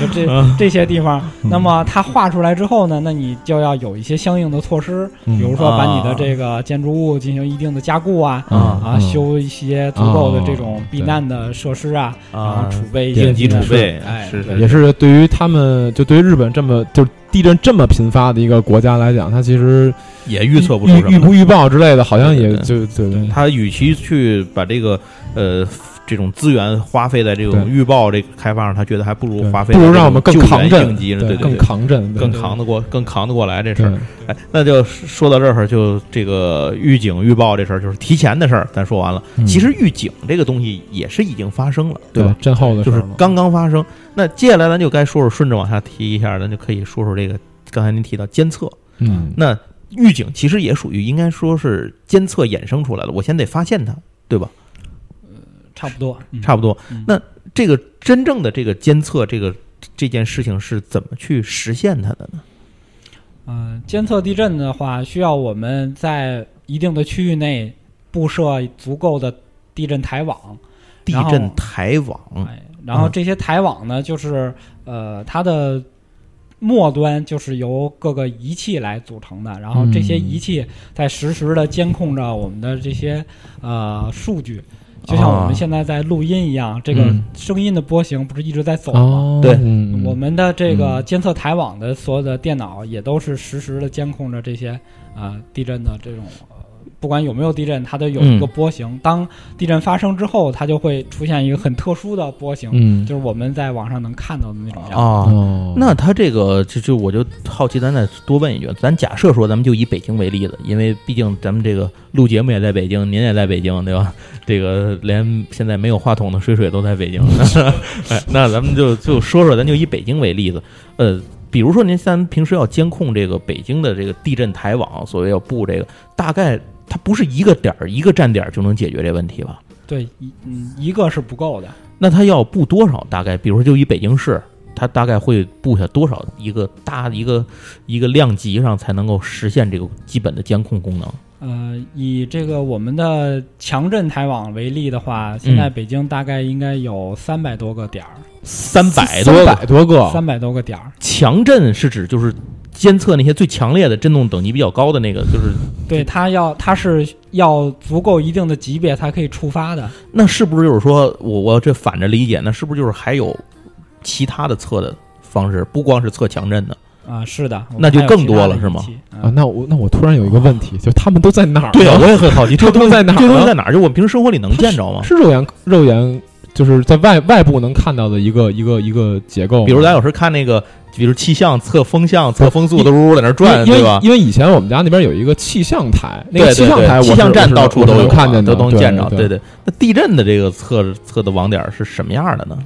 就这啊这些地方。嗯那么它画出来之后呢，那你就要有一些相应的措施，嗯比如说把你的啊这个建筑物进行一定的加固啊，啊啊，嗯修一些足够的这种哦避难的设施啊，嗯然啊后，储备一些应急避难储备哎，是也是对于他们，就对于日本这么就是地震这么频发的一个国家来讲，它其实也预测不出预什预么。不预嗯报之类的，好像也对就就他与其去把这个呃这种资源花费在这种对预报这个开发上，他觉得还不如对花费不在如这让我种们更救援抗震应急，上对对更对抗震，对更扛得过更扛得过来这事对儿。哎，那就说到这儿，就这个预警预报这事儿，就是提前的事儿，咱说完了。嗯其实预警这个东西也是已经发生了，对吧？震后的就事是儿嘛刚刚发生。那接下来咱就该说说，顺着往下提一下，咱就可以说说这个刚才您提到监测。嗯那预警其实也属于应该说是监测衍生出来的，我先得发现它，对吧？差不多，嗯差不多嗯。那这个真正的这个监测这个这件事情是怎么去实现它的呢？嗯，监测地震的话，需要我们在一定的区域内布设足够的地震台网。地然后震台网。哎，然嗯后这些台网呢，就是呃，它的末端就是由各个仪器来组成的，然后这些嗯仪器在实时的监控着我们的这些呃数据。就像我啊们现在在录音一样，这个哦嗯声音的波形不是一直在走吗？哦对嗯我们的这个监测台网的所有的电脑也都是实时的监控着这些啊、呃地震的这种，呃不管有没有地震，它都有一个嗯波形。当地震发生之后，它就会出现一个很特殊的波形，嗯就是我们在网上能看到的那种样子。啊哦那他这个就就我就好奇，咱再多问一句，咱假设说咱们就以北京为例子，因为毕竟咱们这个录节目也在北京，您也在北京，对吧？这个连现在没有话筒的水水都在北京，哎，那咱们就就说说，咱就以北京为例子，呃，比如说您咱平时要监控这个北京的这个地震台网，所谓要布这个，大概它不是一个点儿一个站点儿就能解决这问题吧？对，一嗯，一个是不够的。那它要布多少？大概，比如说就以北京市，它大概会布下多少一个大一个一个量级上才能够实现这个基本的监控功能？呃，以这个我们的强震台网为例的话，嗯现在北京大概应该有三百多个点儿，三百多三个百多个，三百多个点儿。强震是指就是监测那些最强烈的震动等级比较高的那个，就是对，它要它是要足够一定的级别才可以触发的。那是不是就是说我我这反着理解，那是不是就是还有其他的测的方式，不光是测强震的？啊、是的，我们那就还有更其多他了的是仪吗器？嗯啊，那我那我突然有一个问题，就他们都在哪儿？哦 啊，我也很好奇，这这东西在哪儿呢这东西在哪啊儿？就我们平时生活里能见 着吗？是肉眼肉眼就是在外外部能看到的一个一个一个结构吗，比如咱有时候看那个，比如气象测风向、测风速，因都呜呜在那儿转，因为对因为吧？因为以前我们家那边有一个气象台，那个对对气象对台我是气象站到处都我是有啊，能看见的，都能对见着。对对，那地震的这个测测的网点儿是什么样的呢？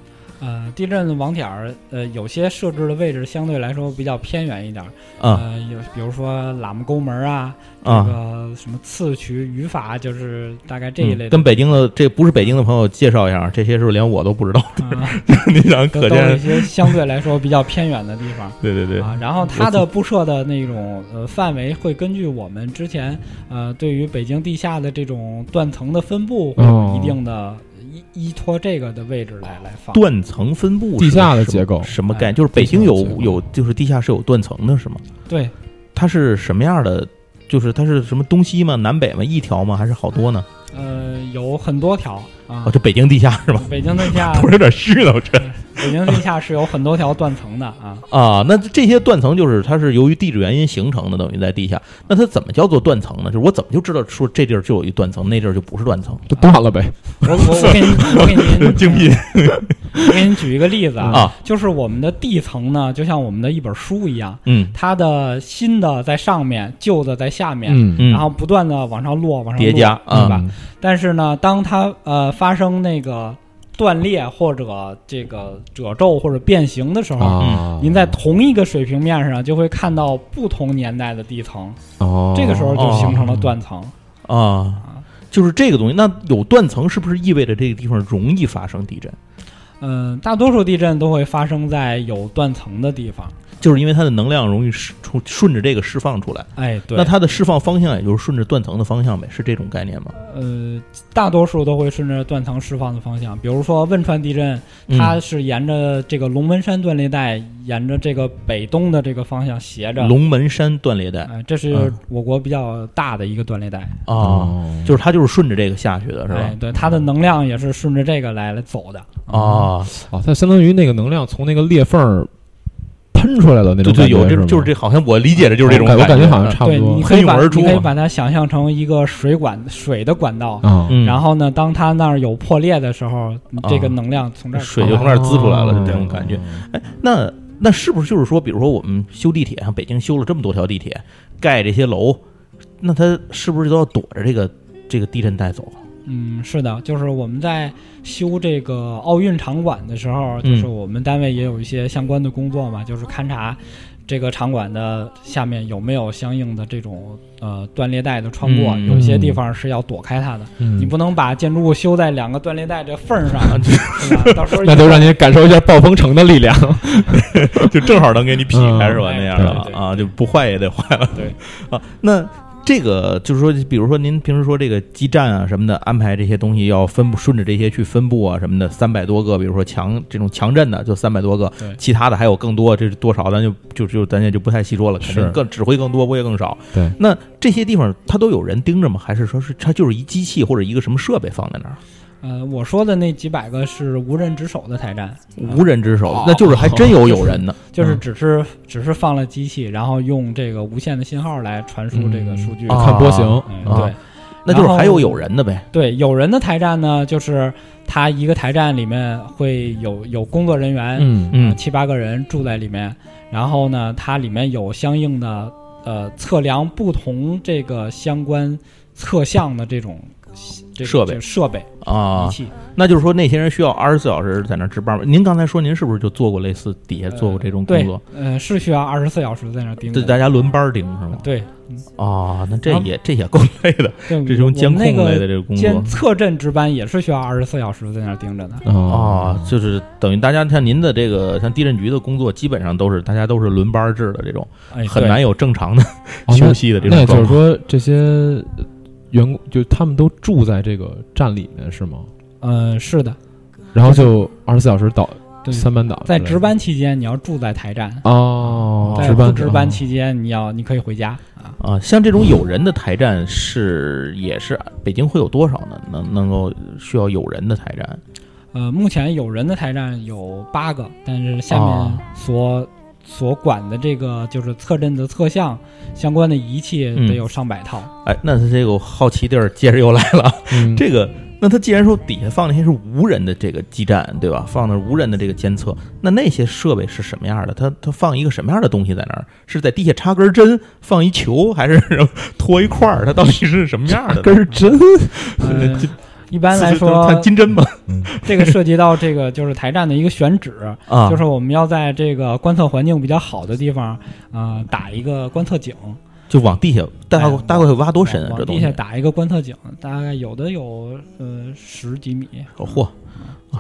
呃，地震网点儿，呃，有些设置的位置相对来说比较偏远一点儿，啊呃，有比如说喇嘛沟门啊，这啊，个什么次渠、语法，就是大概这一类嗯的。跟北京的这不是北京的朋友介绍一下啊，这些是连我都不知道。 啊，你 想，都可都是见，一些相对来说比较偏远的地方。对对对，啊，然后它的布设的那种呃范围会根据我们之前呃对于北京地下的这种断层的分布，会有哦一定的依依托这个的位置来来放。断层分布是地下个的什么结构什么概哎念？就是北京有地下的结构有就是地下是有断层的是吗？对，它是什么样的？就是它是什么东西吗？南北吗？一条吗？还是好多呢？呃，有很多条啊哦，，这北京地下是吧？北京地下，突然有点虚 了，我这北京地下是有很多条断层的 啊。啊，那这些断层就是它是由于地质原因形成的，等于在地下。那它怎么叫做断层呢？就是我怎么就知道说这地儿就有一断层，那地儿就不是断层？就断了呗。我我我给您我给 您精辟我给您举一个例子啊，啊，就是我们的地层呢，就像我们的一本书一样，嗯它的新的在上面，旧的在下面。嗯嗯，然后不断的往上落，往上叠落加啊对吧？但是呢，当它呃发生那个断裂或者这个褶皱或者变形的时候，啊，您在同一个水平面上就会看到不同年代的地层，哦，这个时候就形成了断层。哦啊，就是这个东西。那有断层是不是意味着这个地方容易发生地震？嗯、大多数地震都会发生在有断层的地方。就是因为它的能量容易释出顺着这个释放出来，哎，对，那它的释放方向也就是顺着断层的方向呗，是这种概念吗？呃，大多数都会顺着断层释放的方向，比如说汶川地震，嗯它是沿着这个龙门山断裂带，沿着这个北东的这个方向斜着。龙门山断裂带呃，这是嗯我国比较大的一个断裂带，啊，就是它就是顺着这个下去的是吧嗯哎，？嗯对，它的能量也是顺着这个来来走的。啊，啊，它相当于那个能量从那个裂缝儿喷出来了那对种对，感觉，有这吗种就是这，好像我理解的就是这种我感觉好像啊差不对，你多可以把喷涌而出你可以嘛把它想象成一个水管水的管道，啊。嗯，然后呢，当它那儿有破裂的时候，这个能量从这儿水出就来从那儿滋出来了，哦就这种感觉。哎，那那是不是就是说，比如说我们修地铁，像北京修了这么多条地铁，盖这些楼，那它是不是都要躲着这个这个地震带走？啊嗯，是的，就是我们在修这个奥运场馆的时候，嗯就是我们单位也有一些相关的工作嘛，就是勘察这个场馆的下面有没有相应的这种呃断裂带的穿过，嗯有些地方是要躲开它的，嗯你不能把建筑物修在两个断裂带这缝儿上，啊是吧？到时候那就让您感受一下暴风城的力量。 就正好能给你劈开是吧？嗯那样对对的对啊，就不坏也得坏了。对 啊，那这个就是说，比如说您平时说这个基站啊什么的，安排这些东西要分布，顺着这些去分布啊什么的，三百多个，比如说强这种强震的就三百多个对，其他的还有更多，这是多少咱就就就咱也就不太细说了，肯定是更指挥更多，我也更少。对，那这些地方它都有人盯着吗？还是说是它就是一机器或者一个什么设备放在那儿，呃，我说的那几百个是无人值守的台站，无人值守？哦那就是还真有有人 呢。就是只是、只是放了机器，然后用这个无线的信号来传输这个数据。啊看波形，嗯啊对，那就是还有然后有人的呗，对，有人的台站呢，就是它一个台站里面会有有工作人员，嗯嗯七八个人住在里面，然后呢，它里面有相应的呃测量不同这个相关测向的这种这个设备这个设备啊仪，器。那就是说那些人需要二十四小时在那儿值班吗？您刚才说您是不是就做过类似底下做过这种工对作？，呃，是需要二十四小时在那儿盯对，着。大家轮班盯是吗？对，啊，那这然后也这也够累的，对这种监控我们那类个的这个工作监测阵值班也是需要二十四小时在那儿盯着的。哦啊，就是等于大家像您的这个像地震局的工作，基本上都是大家都是轮班制的这种，哎，很对难有正常的哦休息的这那也种就状是况。说，这些呃员工就他们都住在这个站里面是吗？呃，是的，然后就二十四小时倒对三班倒之类在的，值班期间你要住在台站，哦，在值不班值嗯班哦期间你要你可以回家啊。啊，像这种有人的台站是也是北京会有多少呢？能能够需要有人的台站呃，目前有人的台站有八个，但是下面啊所、所管的这个就是测阵的测向相关的仪器嗯得有上百 套。哎，那他这个好奇地儿接着又来了，嗯这个，那他既然说底下放那些是无人的这个基站，对吧？放的是无人的这个监测，那那些设备是什么样的？他他放一个什么样的东西在那儿？是在地下插根针，放一球，还是拖一块儿？它到底是什么样的呢？根针 呃一般来说，看金针吧。这个涉及到这个就是台站的一个选址，啊，就是我们要在这个观测环境比较好的地方，呃，打一个观测井，就往地下大概哎大概会挖多深啊？往这东地下西，打一个观测井，大概有的有呃十几米，嚯！啊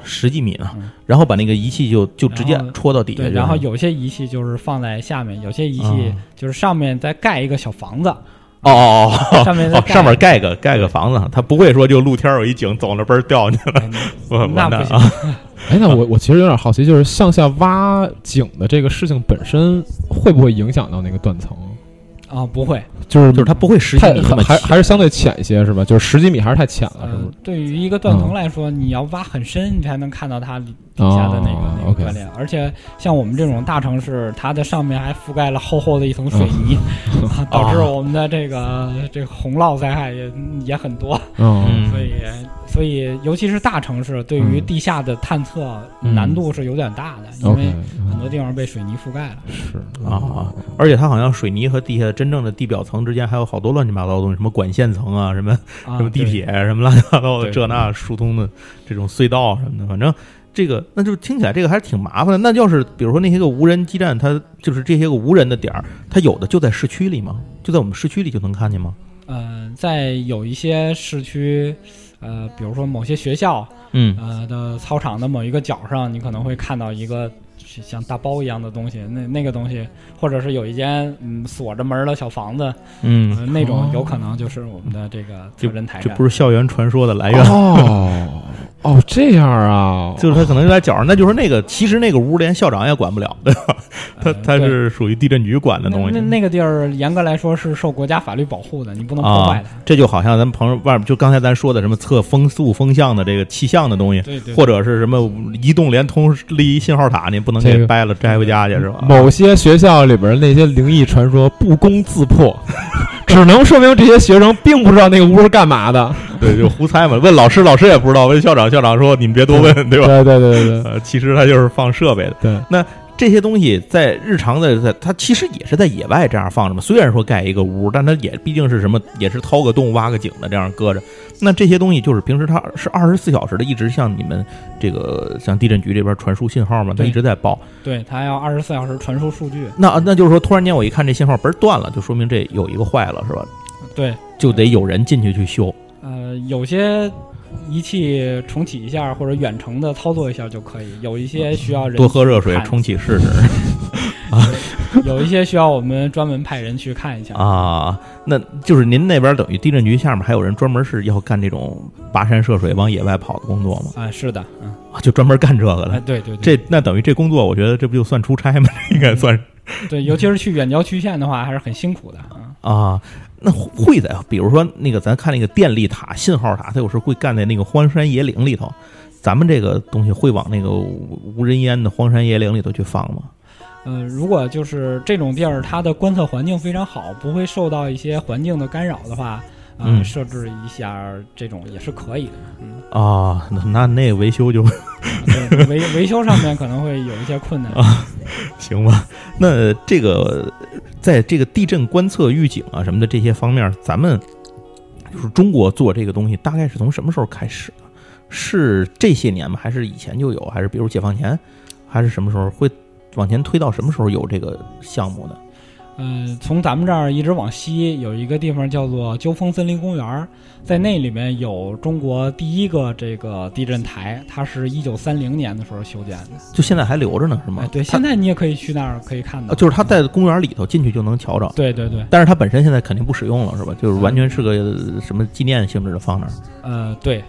十几米呢嗯，然后把那个仪器就就直接然后戳到底下去对，了，然后有些仪器就是放在下面，有些仪器啊就是上面再盖一个小房子，哦哦哦哦上面再哦，盖上面盖个盖个房子，他不会说就露天儿有一井走那边儿掉进去了，哎我那完蛋不啊行！，哎，那我我其实有点好奇，就是向下挖井的这个事情本身会不会影响到那个断层？啊，不会，就是就是它不会实际太你这么还还浅还是相对浅一些是吧？就是十几米还是太浅了，是呃不是？，对于一个断层嗯来说，你要挖很深，你才能看到它底底下的那个哦那个 OK 断裂，而且像我们这种大城市，它的上面还覆盖了厚厚的一层水泥，嗯 啊导致哦我们的这个这个洪涝灾害也也很多，嗯嗯所以所以尤其是大城市，对于嗯地下的探测嗯难度是有点大的，因，OK，嗯为很多地方被水泥覆盖了。是啊，而且它好像水泥和地下真正的地表层之间还有好多乱七八糟的东西，什么管线层啊，什么啊什么地对铁，什么乱七八糟的对这那疏通的这种隧道什么的，反正这个那就听起来这个还是挺麻烦的。那要是比如说那些个无人基站，它就是这些个无人的点儿，它有的就在市区里吗？就在我们市区里就能看见吗？呃，在有一些市区，呃，比如说某些学校，嗯呃的操场的某一个角上，你可能会看到一个像大包一样的东西，那那个东西，或者是有一间嗯锁着门儿的小房子，嗯，呃那种哦有可能就是我们的这个测针台这站不。是校园传说的来源。哦哦这样啊，就是他可能就在角上，那就是那个，其实那个屋连校长也管不了，对吧？他呃他对是属于地震局管的那东西。那那个地儿，严格来说是受国家法律保护的，你不能破啊坏它。，这就好像咱们朋友外面就刚才咱说的什么测风速、风向的这个气象的东西，对对，或者是什么移动、联通立一信号塔，你不能这给个掰了摘回嗯家去是吧？某些学校里边那些灵异传说不攻自 破，只能说明这些学生并不知道那个屋是干嘛 的。对，就胡猜嘛。问老师，老师也不知道；问校长，校长说你们别多嗯问，对吧？对对对对对呃，其实他就是放设备的。对，这些东西在日常的，在它其实也是在野外这样放着嘛。虽然说盖一个屋，但它也毕竟是什么，也是掏个洞、挖个井的这样搁着。那这些东西就是平时它是二十四小时的，一直向你们这个像地震局这边传输信号嘛，它对一直在报。对，它要二十四小时传输数据。那那就是说，突然间我一看这信号嘣儿断了，就说明这有一个坏了，是吧？对，就得有人进去去修。呃，有些仪器重启一下或者远程的操作一下就可以，有一些需要人多喝热水去，看冲起试试 有一些需要我们专门派人去看一下。啊！那就是您那边等于地震局下面还有人专门是要干这种跋山涉水往野外跑的工作吗？啊，是的，嗯，啊就专门干这个哎，的。对对对，这那等于这工作，我觉得这不就算出差吗？ 应该算是对，尤其是去远郊区县的话，还是很辛苦的啊。啊。那会在比如说那个咱看那个电力塔、信号塔，它有时候会干在那个荒山野岭里头。咱们这个东西会往那个无无人烟的荒山野岭里头去放吗？呃，如果就是这种地儿，它的观测环境非常好，不会受到一些环境的干扰的话，呃，嗯设置一下这种也是可以的。嗯，啊，那那那维修就啊对维维修上面可能会有一些困难。行吧？ 那这个在这个地震观测预警啊什么的这些方面，咱们就是中国做这个东西大概是从什么时候开始的？是这些年吗？还是以前就有？还是比如解放前？还是什么时候会往前推到什么时候有这个项目呢？嗯，从咱们这儿一直往西有一个地方叫做鸠峰森林公园儿，在那里面有中国第一个这个地震台，它是一九三零年的时候修建的。就现在还留着呢，是吗？哎，对，它现在你也可以去那儿可以看到嗯啊。就是它在公园里头进去就能瞧着。对对对，但是它本身现在肯定不使用了，是吧？就是完全是个呃什么纪念性质的放那儿呃，对，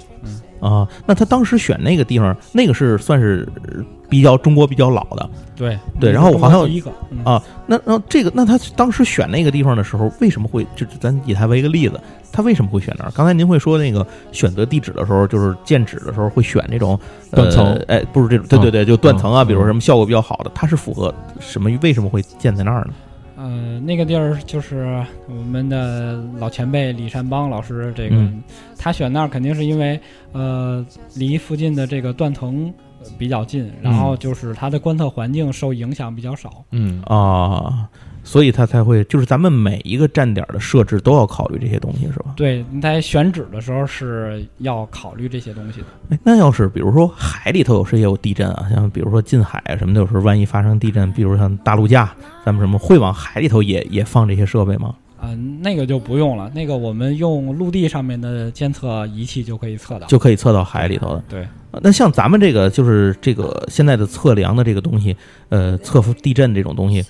啊。那他当时选那个地方，那个是算是呃比较中国比较老的。对对嗯然后我好像中国第一个嗯啊那那这个，那他当时选那个地方的时候，为什么会就就咱以它为一个例子，他为什么会选那儿？刚才您会说那个选择地址的时候，就是建址的时候会选这种呃断层哎，不是这种，对对对，就断层啊，嗯比如说什么效果比较好的，它是符合什么？为什么会建在那儿呢？呃，那个地儿就是我们的老前辈李善邦老师，这个、嗯他选那儿肯定是因为呃离附近的这个断层呃比较近，然后就是它的观测环境受影响比较少。嗯啊，所以它才会就是咱们每一个站点的设置都要考虑这些东西，是吧？对，你在选址的时候是要考虑这些东西的。哎，那要是比如说海里头有是也有地震啊，像比如说近海啊什么的，有时候万一发生地震，比如像大陆架，咱们什么会往海里头也也放这些设备吗？嗯、那个就不用了，那个我们用陆地上面的监测仪器就可以测到。就可以测到海里头的。对，呃那像咱们这个就是这个现在的测量的这个东西，呃，测地震这种东西，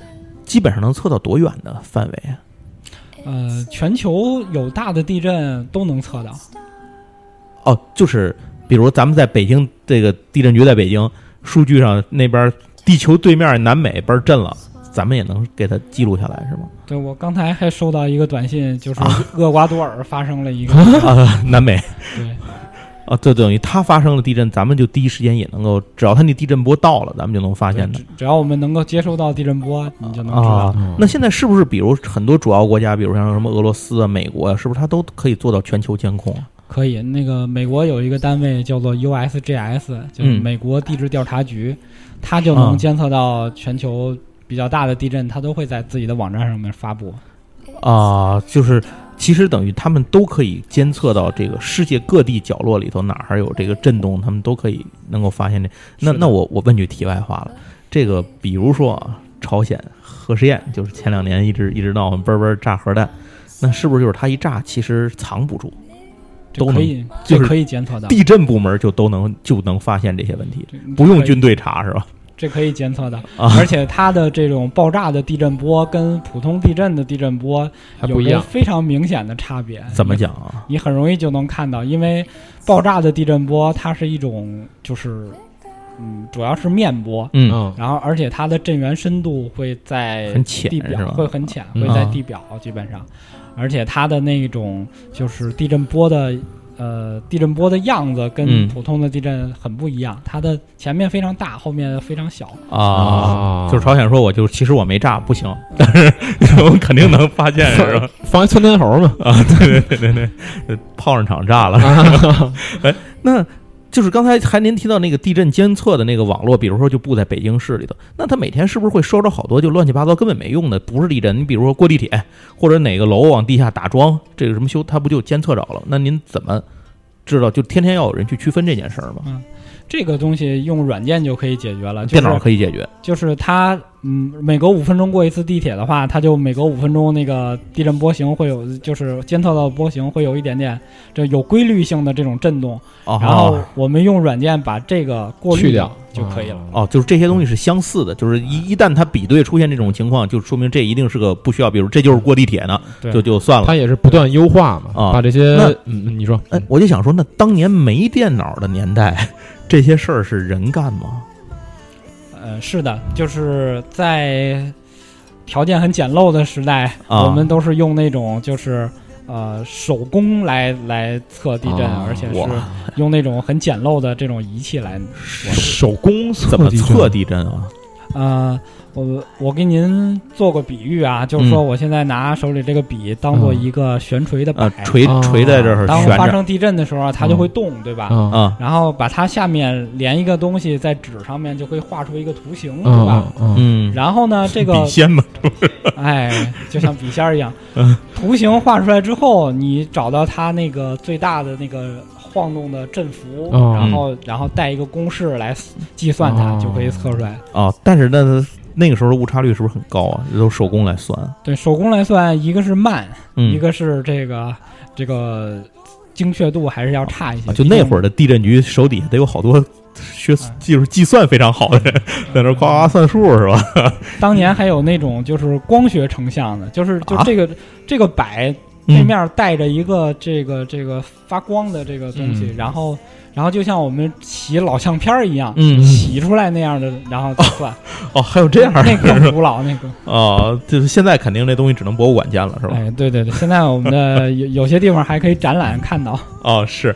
基本上能测到多远的范围啊？呃，全球有大的地震都能测到。哦，就是比如咱们在北京这个地震局在北京数据上那边地球对面南美边震了，咱们也能给它记录下来是吗？对，我刚才还收到一个短信，就是厄瓜多尔发生 了一个，啊，南美对啊，这等于它发生了地震，咱们就第一时间也能够，只要它那地震波到了，咱们就能发现的只。只要我们能够接收到地震波，你就能知道。啊嗯，那现在是不是比如很多主要国家，比如像什么俄罗斯啊、美国啊，是不是它都可以做到全球监控啊？可以，那个美国有一个单位叫做 USGS，就是嗯美国地质调查局，它就啊能监测到全球比较大的地震，它都会在自己的网站上面发布。啊，就是其实等于他们都可以监测到这个世界各地角落里头哪儿还有这个震动，他们都可以能够发现这。那是的那我我问句题外话了，这个比如说啊，朝鲜核试验，就是前两年一直一直闹嘣嘣儿炸核弹，那是不是就是它一炸，其实藏不住，这都可能以，就这是可以监测到，地震部门就都能就能发现这些问题，这不用这可以军队查是吧？这可以监测到，啊而且它的这种爆炸的地震波跟普通地震的地震波还有不一着样，非常明显的差别。怎么你讲啊？你很容易就能看到，因为爆炸的地震波它是一种就是，嗯，主要是面波，嗯，嗯然后而且它的震源深度会在很浅地是表吧啊会很浅，嗯会在地表基本上，而且它的那种就是地震波的。呃，地震波的样子嗯跟普通的地震很不一样，它的前面非常大，后面非常小。啊。啊就是朝鲜说，我就其实我没炸，不行，但是 我们肯定能发现，是吧？放一窜天猴嘛，对对对，呃炮仗场炸了。哎，那就是刚才还您提到那个地震监测的那个网络，比如说就布在北京市里头，那它每天是不是会收着好多就乱七八糟根本没用的？不是地震，你比如说过地铁或者哪个楼往地下打桩，这个什么修，它不就监测着了？那您怎么知道？就天天要有人去区分这件事儿吗？这个东西用软件就可以解决了，就电是脑可以解决就是它，嗯，每隔五分钟过一次地铁的话，它就每隔五分钟那个地震波形会有，就是监测到的波形会有一点点这有规律性的这种震动，哦然后我们用软件把这个过去滤掉啊就可以了。。哦，就是这些东西是相似的，就是一一旦它比对出现这种情况，就说明这一定是个不需要，比如这就是过地铁呢，对就就算了。它也是不断优化嘛，啊把这些那嗯，嗯你说哎，我就想说，那当年没电脑的年代，这些事儿是人干吗？呃，是的，就是在条件很简陋的时代，啊我们都是用那种就是。呃，手工来来测地震，啊而且哇是用那种很简陋的这种仪器来。手工怎么地测震地震啊？呃，我我给您做个比喻啊，就是嗯说我现在拿手里这个笔当做一个悬垂的摆啊，，垂哦垂在这儿当悬发着嗯生地震的时候啊，它就会动，对吧？啊啊，然后把它下面连一个东西在纸上面，就可以画出一个图形，对啊？吧啊嗯，然后呢，这个笔仙嘛，哎，就像笔仙儿一样嗯，图形画出来之后，你找到它那个最大的那个晃动的振幅，哦嗯然后然后带一个公式来计算它，哦就可以测出来。啊，但是那那个时候的误差率是不是很高啊？这都手工来算，对手工来算，一个是慢，嗯，一个是这个这个精确度还是要差一些。啊就那会儿，儿的地震局手底下得有好多学哎技术计算非常好的人，嗯在那儿夸夸算数是吧？当年还有那种就是光学成像的，就是就啊这个、这个摆背嗯，面带着一个这个这个发光的这个东西，嗯，然后然后就像我们洗老相片儿一样，嗯嗯洗出来那样的，然后再算。哦，还 有这样那的更古老那个。啊，就是现在肯定这东西只能博物馆见了是吧？哎，对对对，现在我 们的有有些地方还可以展览看到。哦，是。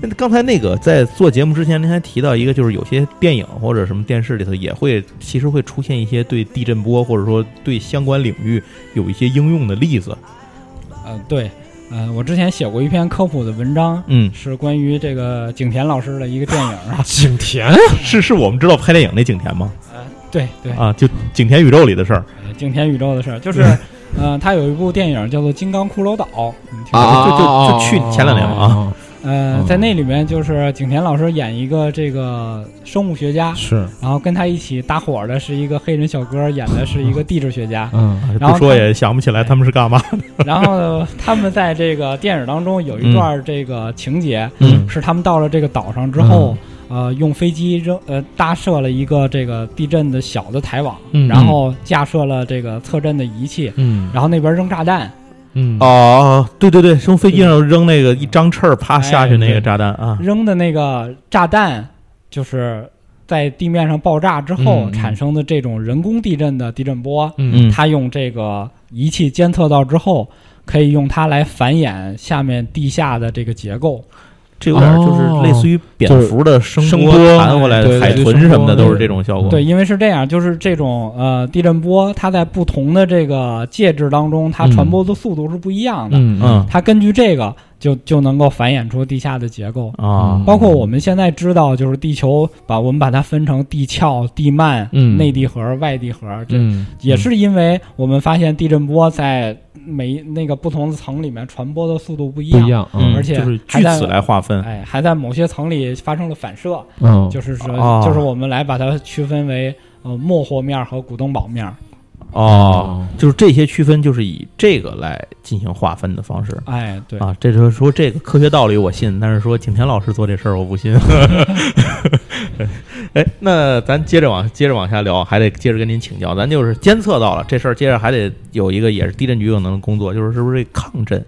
那刚才那个在做节目之前，您还提到一个，就是有些电影或者什么电视里头也会，其实会出现一些对地震波或者说对相关领域有一些应用的例子。呃，对，呃，我之前写过一篇科普的文章。嗯，是关于这个景甜老师的一个电影啊景甜是是我们知道拍电影那景甜吗？对对，啊，就景甜宇宙里的事儿。呃景甜宇宙的事儿，就是， 呃，他有一部电影叫做《金刚骷髅岛》，你听过吗啊就就就去前两年嘛啊呃嗯，在那里面就是景甜老师演一个这个生物学家，啊是，然后跟他一起搭伙儿的是一个黑人小哥，演的是一个地质学家 嗯啊然后不说他也想不起来他们是干嘛。然后他们在这个电影当中有一段这个情节，嗯是他们到了这个岛上之后，呃，用飞机扔呃搭设了一个这个地震的小的台网，嗯然后架设了这个测震的仪器，嗯然后那边扔炸弹，嗯哦，对对对，哎从飞机上扔那个一张翅儿啪下去那个炸弹啊，扔的那个炸弹就是在地面上爆炸之后嗯嗯产生的这种人工地震的地震波，嗯他用这个仪器监测到之后。可以用它来繁衍下面地下的这个结构，这有点就是类似于蝙蝠的哦声声波波弹回来对的海豚什么的，对都是这种效果。对，因为是这样，就是这种呃地震波，它在不同的这个介质当中，它嗯传播的速度是不一样的。嗯嗯它根据这个就就能够繁衍出地下的结构。啊嗯，包括我们现在知道，就是地球把我们把它分成地壳、地幔、嗯内地核、外地核，这、嗯也是因为我们发现地震波在每那个不同的层里面传播的速度不一不样，一样嗯而且就是还据在此来划分。哎，还在某些层里发生了反射，嗯就是说，哦就是我们来把它区分为呃莫霍面儿和古登堡面儿。哦，就是这些区分就是以这个来进行划分的方式。哎，对，啊，这就是说这个科学道理我信，但是说景甜老师做这事儿我不信。 哎，那咱接着往接着往下聊，还得接着跟您请教。咱就是监测到了这事儿，接着还得有一个也是地震局有能的工作，就是是不是这抗震，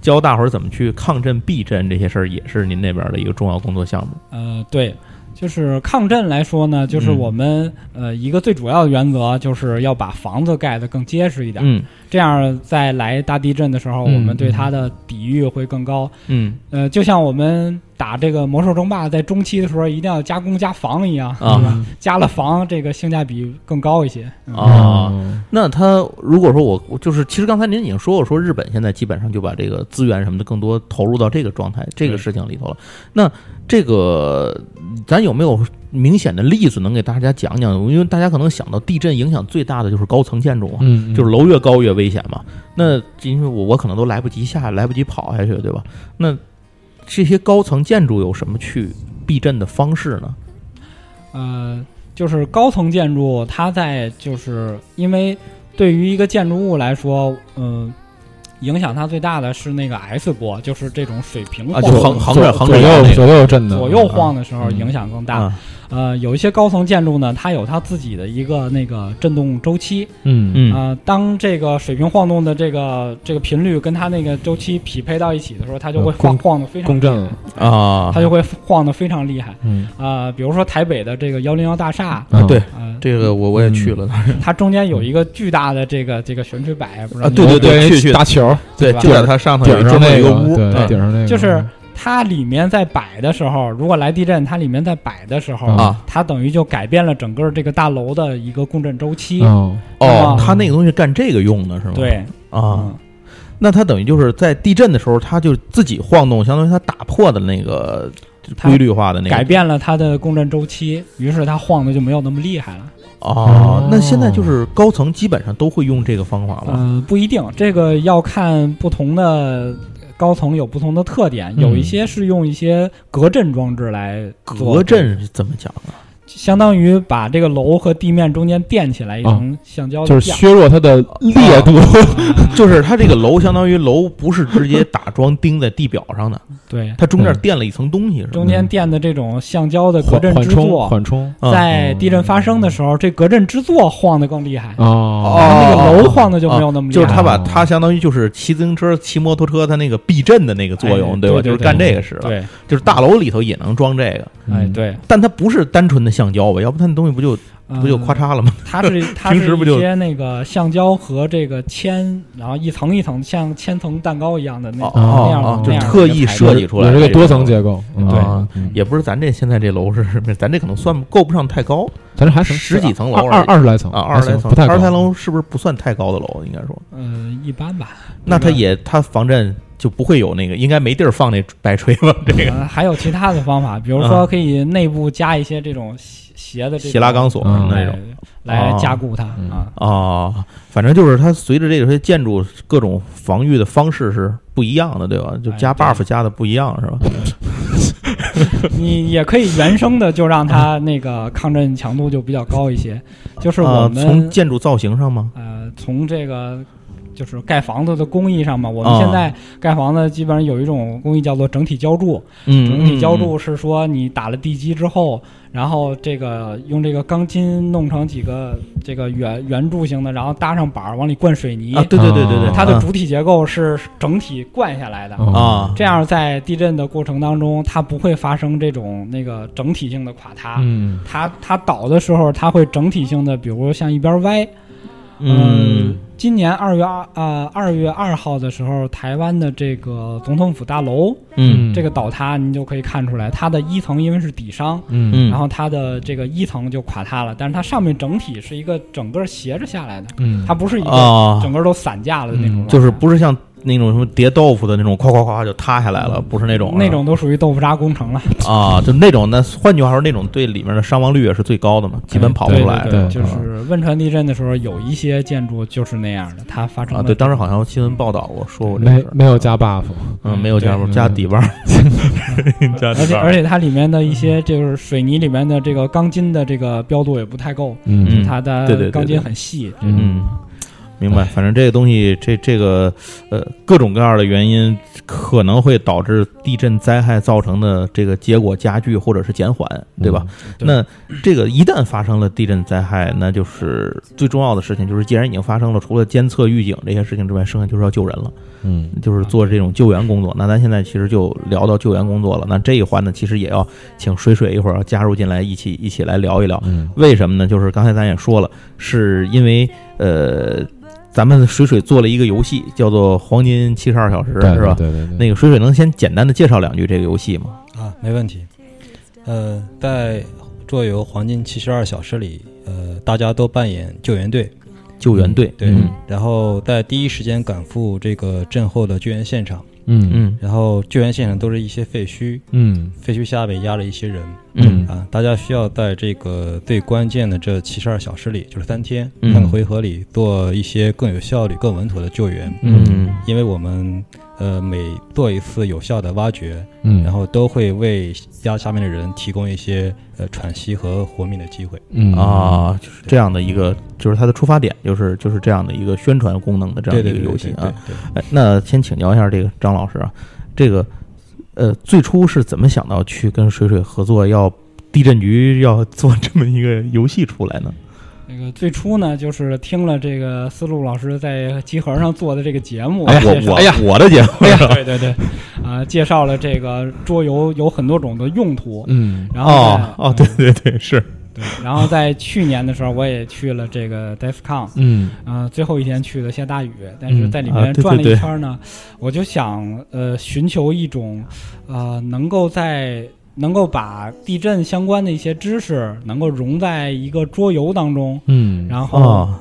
教大伙儿怎么去抗震、避震这些事儿，也是您那边儿的一个重要工作项目。呃，对，就是抗震来说呢，就是嗯我们、呃一个最主要的原则，就是要把房子盖得更结实一点，嗯这样在来大地震的时候，嗯我们对它的抵御会更高。嗯呃，就像我们打这个魔兽争霸在中期的时候，一定要加工加防一样，啊对吧？加了防，这个性价比更高一些。嗯啊，那他如果说我我就是，其实刚才您已经说过，说日本现在基本上就把这个资源什么的更多投入到这个状态、这个事情里头了。那这个咱有没有明显的例子能给大家讲讲？因为大家可能想到地震影响最大的就是高层建筑嘛，嗯就是楼越高越危险嘛。那因为我我可能都来不及下，来不及跑下去，对吧？那这些高层建筑有什么去避震的方式呢？呃，就是高层建筑，它在就是因为对于一个建筑物来说，嗯、影响它最大的是那个 S 波，就是这种水平啊晃就横横着横着左摇那右个左右震的左右晃的时候嗯影响更大。啊，呃，有一些高层建筑呢，它有它自己的一个那个震动周期。嗯嗯啊，当这个水平晃动的这个这个频率跟它那个周期匹配到一起的时候，它就会呃共晃晃的非常共振了啊，它就会晃的非常厉害。嗯啊、比如说台北的这个幺零幺大厦，啊对啊。这个我我也去了。它中间有一个巨大的这个这个悬垂摆，不知道啊你对对对去去打球对，吧就在它上头有顶这上么那一个屋，对嗯顶上那个就是它里面在摆的时候，如果来地震，它里面在摆的时候啊，它等于就改变了整个这个大楼的一个共振周期。哦，哦啊，他那个东西干这个用的是吗？对，啊，嗯，那它等于就是在地震的时候，它就自己晃动，相当于它打破的那个它规律化的那个改变了它的共振周期，于是它晃的就没有那么厉害了。哦嗯哦，那现在就是高层基本上都会用这个方法吗？嗯，不一定，这个要看不同的高层有不同的特点，嗯有一些是用一些隔震装置来做隔，震是怎么讲啊？ 相当于把这个楼和地面中间垫起来一啊层橡胶就的是架。削弱它的啊烈度。就是它这个楼，相当于楼不是直接打桩钉在地表上的，对，它中嗯间垫了一层东西，是吧？中间垫的这种橡胶的隔缓震缓支冲，座，缓冲嗯在地震发生的时候，这隔震支座晃得更厉害，哦，啊那个楼晃的就没有那么厉啊哦就害。是它把它相当于就是骑自行车、骑摩托车，它那个避震的那个作用，哎对吧？对对就是干这个使的，对，就是大楼里头也能装这个，哎嗯，对，但它不是单纯的橡胶吧？要不它那东西不就不就嗯咔嚓了吗？它是 它平是时不就一些那个橡胶和这个铅，然后一层一层像千层蛋糕一样的那哦那哦样的哦，那就是样的特意材料设计出来有的这这个多层种结构，嗯对嗯也不是咱这现在这楼是，咱这可能算够不上太高咱这还行十几层楼二二二十来层啊，还二十来行层，不太二十高来层是不是不算太高的楼？应该说，呃，一般吧。那它也它防震就不会有那个，应该没地儿放那白锤吧？这个呃，还有其他的方法，比如说可以内部加一些这种斜斜的这种斜拉钢索什么的那哎种。来哦加固它啊。哦，反正就是它随着这些建筑各种防御的方式是不一样的，对吧？就加哎对 buff 加的不一样是吧？你也可以原生的就让它那个抗震强度就比较高 一些，就是我啊，从们建筑造型上吗？呃从这个。就是盖房子的工艺上嘛，我们啊现在盖房子基本上有一种工艺叫做整体浇筑，嗯整体浇筑是说你打了地基之后，然后这个用这个钢筋弄成几个这个圆圆柱形的，然后搭上板儿往里灌水泥，啊，对对对对对，啊嗯它的主体结构是整体灌下来的。哦啊，这样在地震的过程当中，它不会发生这种那个整体性的垮塌。嗯，它它倒的时候，它会整体性的，比如向一边歪。呃嗯，今年二月二呃二月二号的时候，台湾的这个总统府大楼嗯这个倒塌，你就可以看出来，它的一层因为是底商，嗯嗯，然后它的这个一层就垮塌了，但是它上面整体是一个整个斜着下来的，嗯，它不是一个啊，整个都散架了的那种嗯状态，就是不是像那种什么叠豆腐的那种，咵咵咵就塌下来了，不嗯是那种那种都属于豆腐渣工程了，啊，就那种。那换句话说，那种对里面的伤亡率也是最高的嘛，基本跑不对出来嗯对的。对对就是汶川地震的时候，有一些建筑就是那样的，它发生啊，了对，当时好像新闻报道过，说过这个没事儿，没有加 buff，嗯，没有加入对加底板儿， 加底而且板而儿，且它里面的一些就是水泥里面的这个钢筋的这个标度也不太够，嗯嗯它对对对的对钢筋很细，嗯。明白，反正这个东西，这这个，呃，各种各样的原因可能会导致地震灾害造成的这个结果加剧或者是减缓，对吧？？对那这个一旦发生了地震灾害，那就是最重要的事情，就是既然已经发生了，除了监测、预警这些事情之外，剩下就是要救人了，嗯就是做这种救援工作。那咱现在其实就聊到救援工作了，那这一环呢，其实也要请水水一会儿啊加入进来，一起一起来聊一聊，嗯为什么呢？就是刚才咱也说了，是因为呃，咱们水水做了一个游戏，叫做《黄金七十二小时》，嗯对是吧？对对对，那个水水能先简单的介绍两句这个游戏吗？啊，没问题。呃，在桌游《黄金七十二小时》里，呃，大家都扮演救援队，救援队，对，嗯然后在第一时间赶赴这个震后的救援现场，嗯嗯然后救援现场都是一些废墟，嗯废墟下面压了一些人嗯啊，大家需要在这个最关键的这七十二小时里，就是三天嗯三个回合里，做一些更有效率、更稳妥的救援，嗯嗯因为我们呃每做一次有效的挖掘，嗯，然后都会为家下面的人提供一些呃喘息和活命的机会。嗯啊，就是这样的一个，就是它的出发点，就是就是这样的一个宣传功能的这样对的对一个对，游戏对啊。，哎，那先请教一下这个张老师啊，这个呃，最初是怎么想到去跟水水合作，要地震局要做这么一个游戏出来呢？那个最初呢，就是听了这个思路老师在集合上做的这个节 目，我介绍哎我我的节目， 对对对，啊、介绍了这个桌游有很多种的用途，嗯然后呢哦哦嗯哦，对对对，是对，然后在去年的时候，我也去了这个 DEFCON，嗯呃，最后一天去的下大雨，但是嗯在里啊面对转了对一对圈儿呢，我就想呃寻求一种呃能够在能够把地震相关的一些知识能够融在一个桌游当中，嗯，然后啊，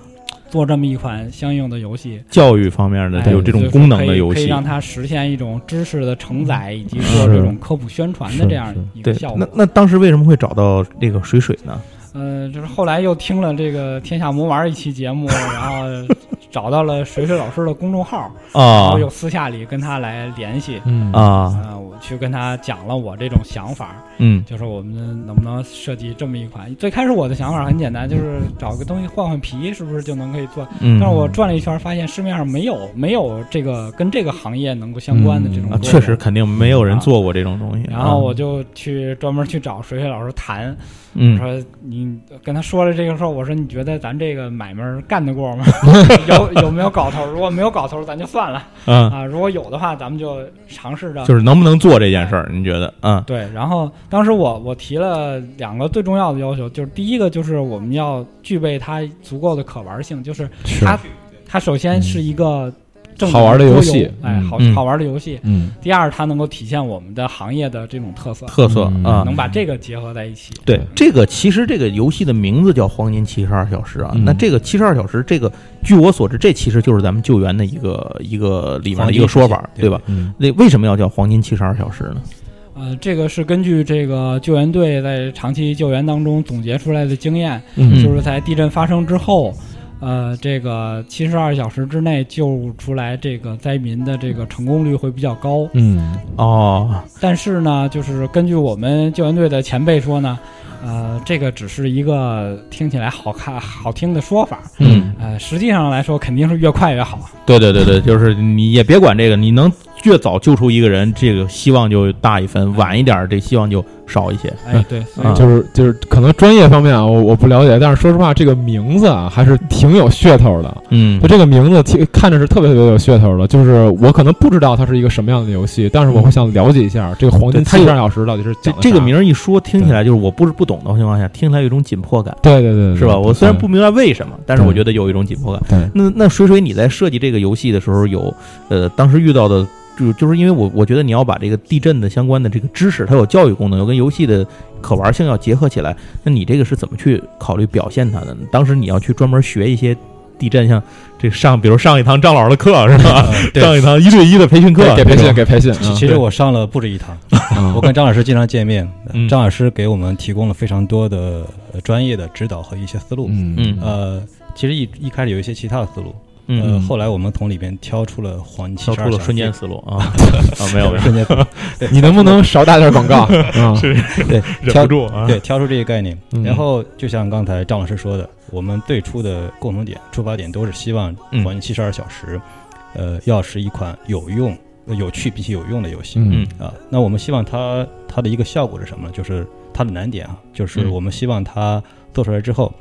做这么一款相应的游戏，教育方面的哎有这就种是功能可的以游可以戏，嗯让它实现一种知识的承载以及是做这种科普宣传的是这样一个对效，果那。那当时为什么会找到这个水水呢？嗯，就是后来又听了这个《天下魔玩》一期节目，然后 找到了水水老师的公众号，然啊后又私下里跟他来联系。嗯，啊，啊，我去跟他讲了我这种想法，嗯就是我们能不能设计这么一款。最开始我的想法很简单，就是找个东西换换皮，是不是就能可以做？嗯，但是我转了一圈，发现市面上没有没有这个跟这个行业能够相关的这种、啊，确实。肯定没有人做过这种东西。然后我啊就去专门去找水水老师谈，我嗯说你跟他说了这个事儿，我说你觉得咱这个买卖干 得过吗？有有没有搞头？如果没有搞头，咱就算了嗯，啊；如果有的话，咱们就尝试着。就是能不能做这件事儿？你觉得？嗯对，然后当时我我提了两个最重要的要求，就是第一个就是我们要具备它足够的可玩性，就是是他它首先是一个正经嗯好玩的游桌戏哎，嗯好嗯好玩的游戏。嗯第二，它能够体现我们的行业的这种特色，特色嗯啊能，把这个结合在一起。对，这个其实这个游戏的名字叫《黄金七十二小时》啊。嗯那这个七十二小时，这个据我所知，这其实就是咱们救援的一个一个里面的一个说法黄，金对吧？嗯那为什么要叫黄金七十二小时呢？呃，这个是根据这个救援队在长期救援当中总结出来的经验，嗯就是在地震发生之后，呃，这个七十二小时之内救出来这个灾民的这个成功率会比较高。嗯哦，但是呢，就是根据我们救援队的前辈说呢，呃，这个只是一个听起来好看好听的说法，嗯，呃，实际上来说肯定是越快越好。对对对对，就是你也别管这个，你能越早救出一个人，这个希望就大一分；晚一点儿，这希望就少一些。哎，对，所以啊就是就是可能专业方面啊，我我不了解，但是说实话，这个名字啊还是挺有噱头的。嗯就这个名字听看着是特别特别有噱头的，就是我可能不知道它是一个什么样的游戏，但是我会想了解一下这个黄金对它七有十二小时到底是这讲的这个啥名儿一说，听起来就是我不是不懂的情况下，听起来有一种紧迫感，对对对对是吧？对我虽然对不明白为什么，但是我对觉得有一种紧迫感。对，那那水水，你在设计这个游戏的时候有，呃，当时遇到的就就是因为我我觉得你要把这个地震的相关的这个知识，它有教育功能，有跟游戏的可玩性要结合起来。那你这个是怎么去考虑表现它的呢？当时你要去专门学一些地震，像这上，比如上一堂张老师的课是吧？ 上一堂一对一的培训课，给给培训给培训，其其实我上了不止一堂，啊 我跟张老师经常见面，嗯张老师给我们提供了非常多的呃专业的指导和一些思路。嗯嗯呃，其实一一开始有一些其他的思路，嗯，呃，后来我们从里边挑出了黄金跳七十出二了小瞬间时。思路啊 啊，没有没有，瞬间 思路，嗯你能不能少打点广告？啊，对，忍挑不住啊，对，挑出这个概念。嗯然后就像刚才张老师说的，我们最初的共同点、出发点都是希望《嗯黄金七十二小时》呃，要是一款有用、呃有趣并且有用的游戏。嗯啊，那我们希望它它的一个效果是什么呢？就是它的难点啊，就是嗯我们希望它做出来之后，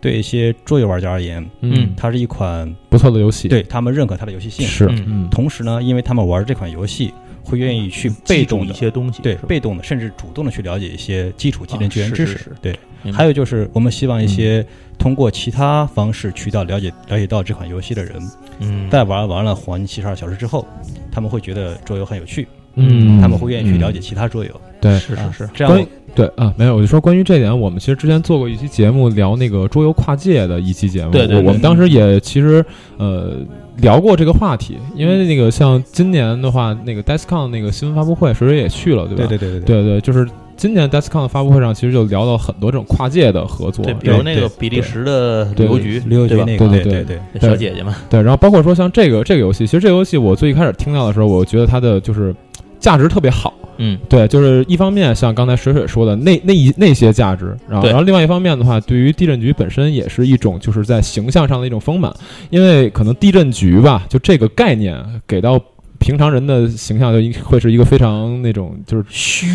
对一些桌游玩家而言，嗯，它是一款不错的游戏，对他们认可它的游戏性。是，嗯嗯同时呢，因为他们玩这款游戏，会愿意去被记动住一的些东西，对是吧嗯被动的，甚至主动的去了解一些基础技啊能救援是知是识。是对，明白嗯还有就是我们希望一些通过其他方式渠道了解了解到这款游戏的人，嗯在玩完了《黄金七十二小时》之后，他们会觉得桌游很有趣，嗯，他们会愿意去了解嗯。其他桌游。对，是是是，这关样于对啊，没有，我就说关于这点，我们其实之前做过一期节目，聊那个桌游跨界的一期节目，对对对我我们当时也其实呃聊过这个话题，因为那个像今年的话，那个 DESCON 那个新闻发布会，谁谁也去了，对吧？对对对对，对对，就是今年 DESCON 的发布会上，其实就聊到很多这种跨界的合作，对，比然如后那个比利时的旅游局，旅游局对吧那个，对对对对对，那小姐姐嘛，对，然后包括说像这个这个游戏，其实这个游戏我最一开始听到的时候，我觉得它的就是价值特别好。嗯对，就是一方面像刚才水水说的那那一那些价值，然后对然后另外一方面的话，对于地震局本身也是一种就是在形象上的一种丰满，因为可能地震局吧，就这个概念给到平常人的形象就一会是一个非常那种就是虚，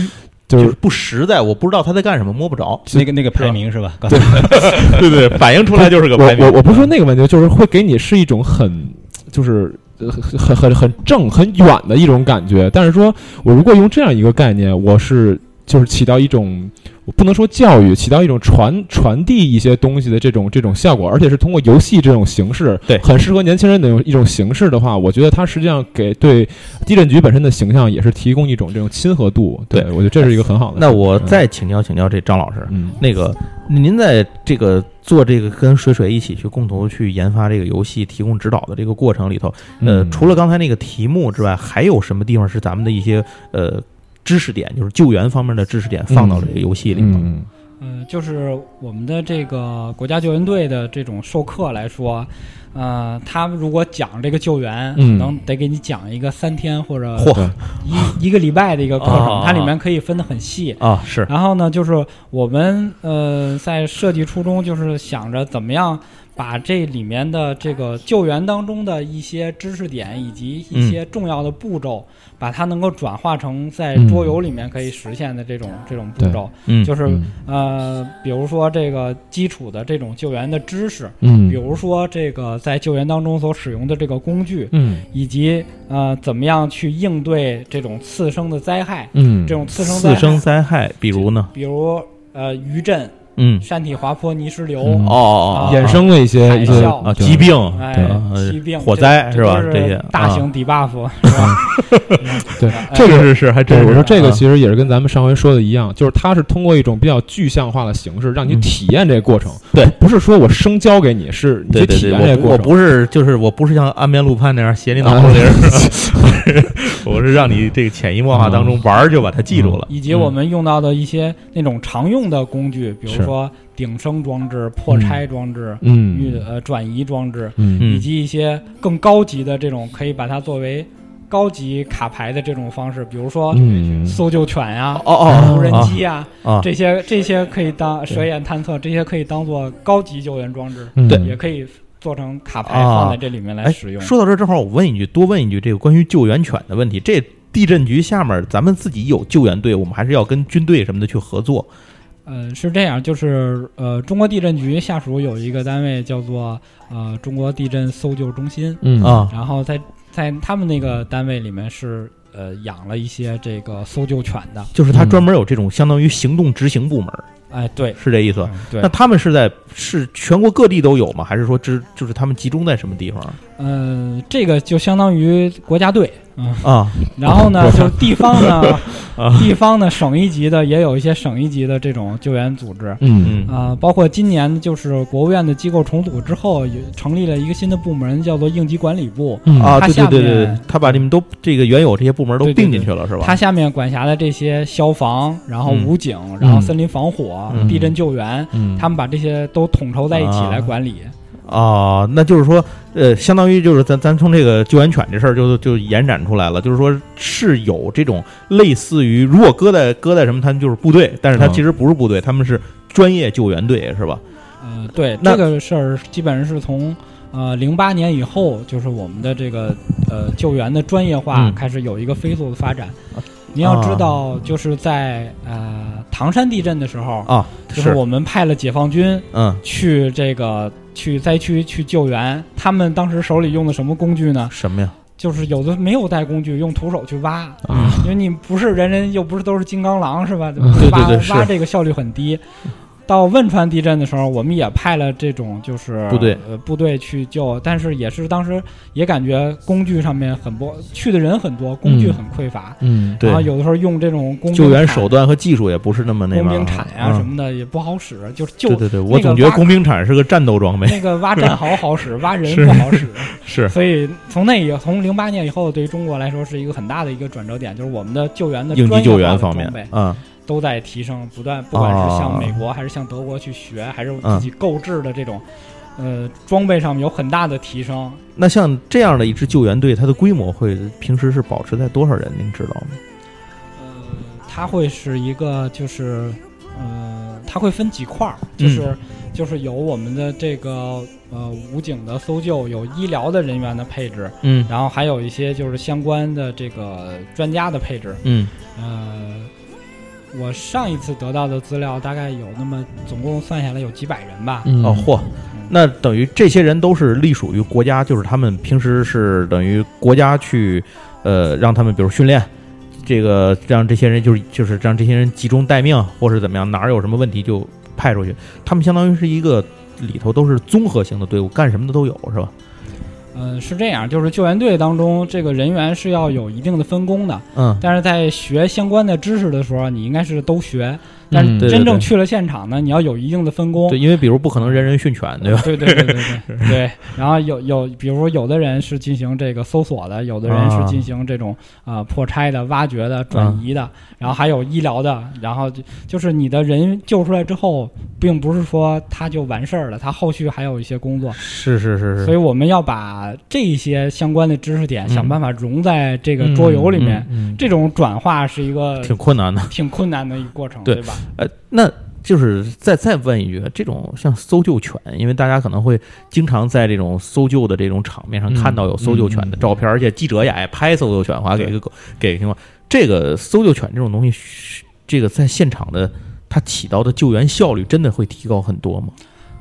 就嗯就是是不实在，我不知道他在干什么，摸不着。那个那个排名是吧？刚才对 对对，反映出来就是个我排名嗯我我不是说那个问题，就是会给你是一种很就是。呃很很很很正很远的一种感觉，但是说我如果用这样一个概念，我是就是起到一种，我不能说教育，起到一种传传递一些东西的这种这种效果，而且是通过游戏这种形式，对很适合年轻人的一种形式的话，我觉得它实际上给对地震局本身的形象也是提供一种这种亲和度。对对我觉得这是一个很好的事。那我再请教请教这张老师，嗯，那个您在这个做这个跟水水一起去共同去研发这个游戏、提供指导的这个过程里头，呃，嗯除了刚才那个题目之外，还有什么地方是咱们的一些呃知识点，就是救援方面的知识点放到这个游戏里头？嗯嗯，就是我们的这个国家救援队的这种授课来说，呃，他如果讲这个救援，嗯能得给你讲一个三天或者嚯、一一个礼拜的一个课啊程，它里面可以分得很细。啊，是然后呢，就是我们呃在设计初衷就是想着怎么样把这里面的这个救援当中的一些知识点以及一些重要的步骤，把它能够转化成在嗯桌游里面可以实现的这种这种步对骤，嗯，就是嗯呃，比如说这个基础的这种救援的知识，嗯，比如说这个在救援当中所使用的这个工具，嗯以及呃怎么样去应对这种次生的灾害，嗯这种次生灾害次生灾害，比如呢，比如呃余震、嗯，山体滑坡、泥石流，嗯哦哦衍生了一些一海些啸哦啊，对疾病，哎对啊疾病、火灾这吧？这都这些大啊型 debuff 是吧？对哎这个。是是，还对，我说是这个啊其实也是跟咱们上回说的一样，就是它是通过一种比较具象化的形式，让你嗯体验这个过程。对不是说我生教给你，是你对去对体对，验这个过我我程。啊不是就是我不是像安眠路畔那样写你脑后铃儿， 我是让你这个潜移默化当中玩儿就把它记住了。以及我们用到的一些那种常用的工具，比如是说顶升装置、破拆装置、运嗯呃转移装置，嗯嗯以及一些更高级的这种，可以把它作为高级卡牌的这种方式，比如说嗯，搜救犬呀、哦哦无人机呀，啊，这些这些可以当蛇眼探测，这些可以当做高级救援装置，嗯也可以做成卡牌啊放在这里面来哎使用。说到这儿，正好我问一句，多问一句这个关于救援犬的问题。这地震局下面咱们自己有救援队，我们还是要跟军队什么的去合作。呃，是这样，就是呃，中国地震局下属有一个单位叫做呃中国地震搜救中心，嗯啊然后在在他们那个单位里面是呃养了一些这个搜救犬的，就是他专门有这种相当于行动执行部门，哎，对，是这意思。嗯对那，他们是在是全国各地都有吗？还是说只就是他们集中在什么地方呃，这个就相当于国家队，嗯，啊？然后呢，国家就是地方呢 啊，地方呢，省一级的也有一些省一级的这种救援组织，嗯嗯啊、包括今年就是国务院的机构重组之后，也成立了一个新的部门，叫做应急管理部，嗯啊，它对对下对对对面，他把你们都这个原有这些部门都对对并进对去了，是吧？它下面管辖的这些消防，然后嗯武警，然后森林防火、嗯地震救援，嗯他们把这些都统筹在一起啊来管理。哦，那就是说，呃，相当于就是咱咱从这个救援犬这事儿就就延展出来了，就是说是有这种类似于，如果搁在搁在什么，他们就是部队，但是他啊其实不是部队，他们是专业救援队，是吧？呃，对，那这个事儿基本上是从呃零八年以后，就是我们的这个呃救援的专业化嗯啊开始有一个飞速的发展。您要知道，就是在呃唐山地震的时候，啊，就是我们派了解放军嗯，去这个去灾区去救援，他们当时手里用的什么工具呢？什么呀？就是有的没有带工具，用徒手去挖。啊因为你不是人人又不是都是金刚狼是吧？嗯对挖对是挖这个效率很低。到汶川地震的时候，我们也派了这种就是部队呃部队去救，但是也是当时也感觉工具上面很不去的人很多，工具嗯很匮乏，嗯对然后，有的时候用这种工救援手手段和技术也不是那么那工嘛兵铲呀、嗯什么的也不好使，就是救对对对，我那个总觉得挖工兵铲是个战斗装备，那个挖战壕好 使，挖人是不好使。是所以从那以后从零八年以后，对于中国来说是一个很大的一个转折点，就是我们的救援的应急专业救化援的方装面备，啊嗯，都在提升，不断不管是啊向美国还是向德国去学，还是自己购置的这种，呃，装备上面有很大的提升。那像这样的一支救援队，它的规模会平时是保持在多少人？您知道吗？呃，它会是一个就是，呃，它会分几块儿，就是、就是有我们的这个呃武警的搜救，有医疗的人员的配置，嗯然后还有一些就是相关的这个专家的配置。嗯呃，我上一次得到的资料大概有那么总共算下来有几百人吧。嗯哦，嚯，嗯那等于这些人都是隶属于国家，就是他们平时是等于国家去，呃，让他们比如训练、这个让这些人就是就是让这些人集中待命，或是怎么样，哪儿有什么问题就派出去。他们相当于是一个里头都是综合性的队伍，干什么的都有，是吧？嗯，是这样，就是救援队当中这个人员是要有一定的分工的，嗯，但是在学相关的知识的时候，你应该是都学，但嗯是对真正对去了现场呢，你要有一定的分工。对，因为比如不可能人人训犬，对吧？ 对对对对对对。然后有有，比如有的人是进行这个搜索的，有的人是进行这种啊、呃破拆的、挖掘的、啊转移的，然后还有医疗的。然后就就是你的人救出来之后，并不是说他就完事儿了，他后续还有一些工作。是是是所是，以我们要把这些相关的知识点嗯想办法融在这个桌游里面。嗯，这种转化是一个挺困难的。挺困难的一个过程，对对吧？呃，那就是再再问一句，这种像搜救犬，因为大家可能会经常在这种搜救的这种场面上嗯看到有搜救犬的照片，而且记者也爱拍搜救犬，还给对个狗给个情况。这个搜救犬这种东西，这个在现场的它起到的救援效率真的会提高很多吗？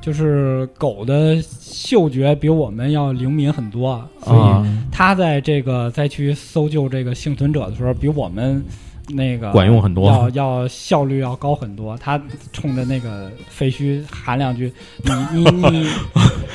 就是狗的嗅觉比我们要灵敏很多，所以啊，它在这个再去搜救这个幸存者的时候，比我们那个管用很多要要效率要高很多。它冲着那个废墟喊两句：“你你 你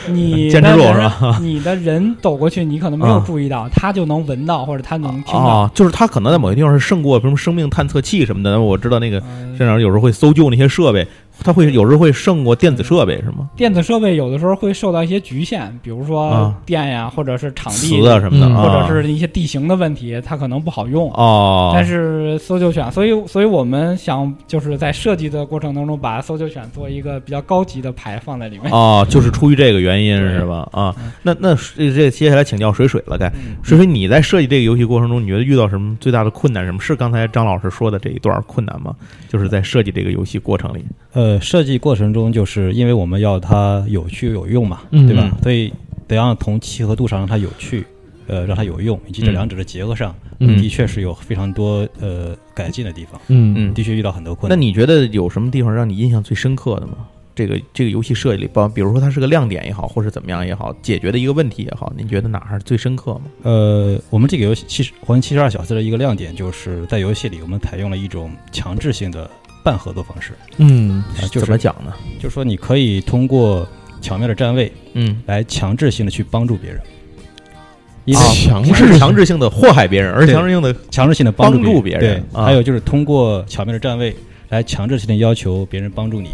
你坚持的住人是吧？你的人走过去，你可能没有啊注意到，它就能闻到或者它能听到。啊，就是它可能在某些地方是胜过什么生命探测器什么的。我知道那个嗯现场有时候会搜救那些设备，它会有时候会胜过电子设备，是吗？电子设备有的时候会受到一些局限，比如说啊电呀，或者是场地磁啊什么的，嗯啊或者是一些地形的问题，它可能不好用。哦，但是搜救犬，所以所以我们想就是在设计的过程当中，把搜救犬做一个比较高级的牌放在里面。哦，就是出于这个原因是吧？啊嗯，那那这这接下来请教水水了，该嗯水水，你在设计这个游戏过程中，你觉得遇到什么最大的困难？什么是刚才张老师说的这一段困难吗？就是在设计这个游戏过程里，呃，设计过程中就是因为我们要它有趣有用嘛，嗯对吧？所以得让从契合度上让它有趣，呃，让它有用，以及这嗯两者的结合上，嗯的确是有非常多呃改进的地方，嗯嗯嗯的确遇到很多困那难。你觉得有什么地方让你印象最深刻的吗？这个这个游戏设计里，包比如说它是个亮点也好，或是怎么样也好，解决的一个问题也好，你觉得哪儿是最深刻吗？呃，我们这个游戏其实《黄金七十二小时》的一个亮点就是在游戏里我们采用了一种强制性的半合作方式，嗯啊、就怎么是讲呢？就是说你可以通过巧妙的站位嗯，来强制性的去帮助别人，因为啊强不是强制性的祸害别人，而是对强制性的强制性的帮助助别人对，啊还有就是通过巧妙的站位来强制性的要求别人帮助你。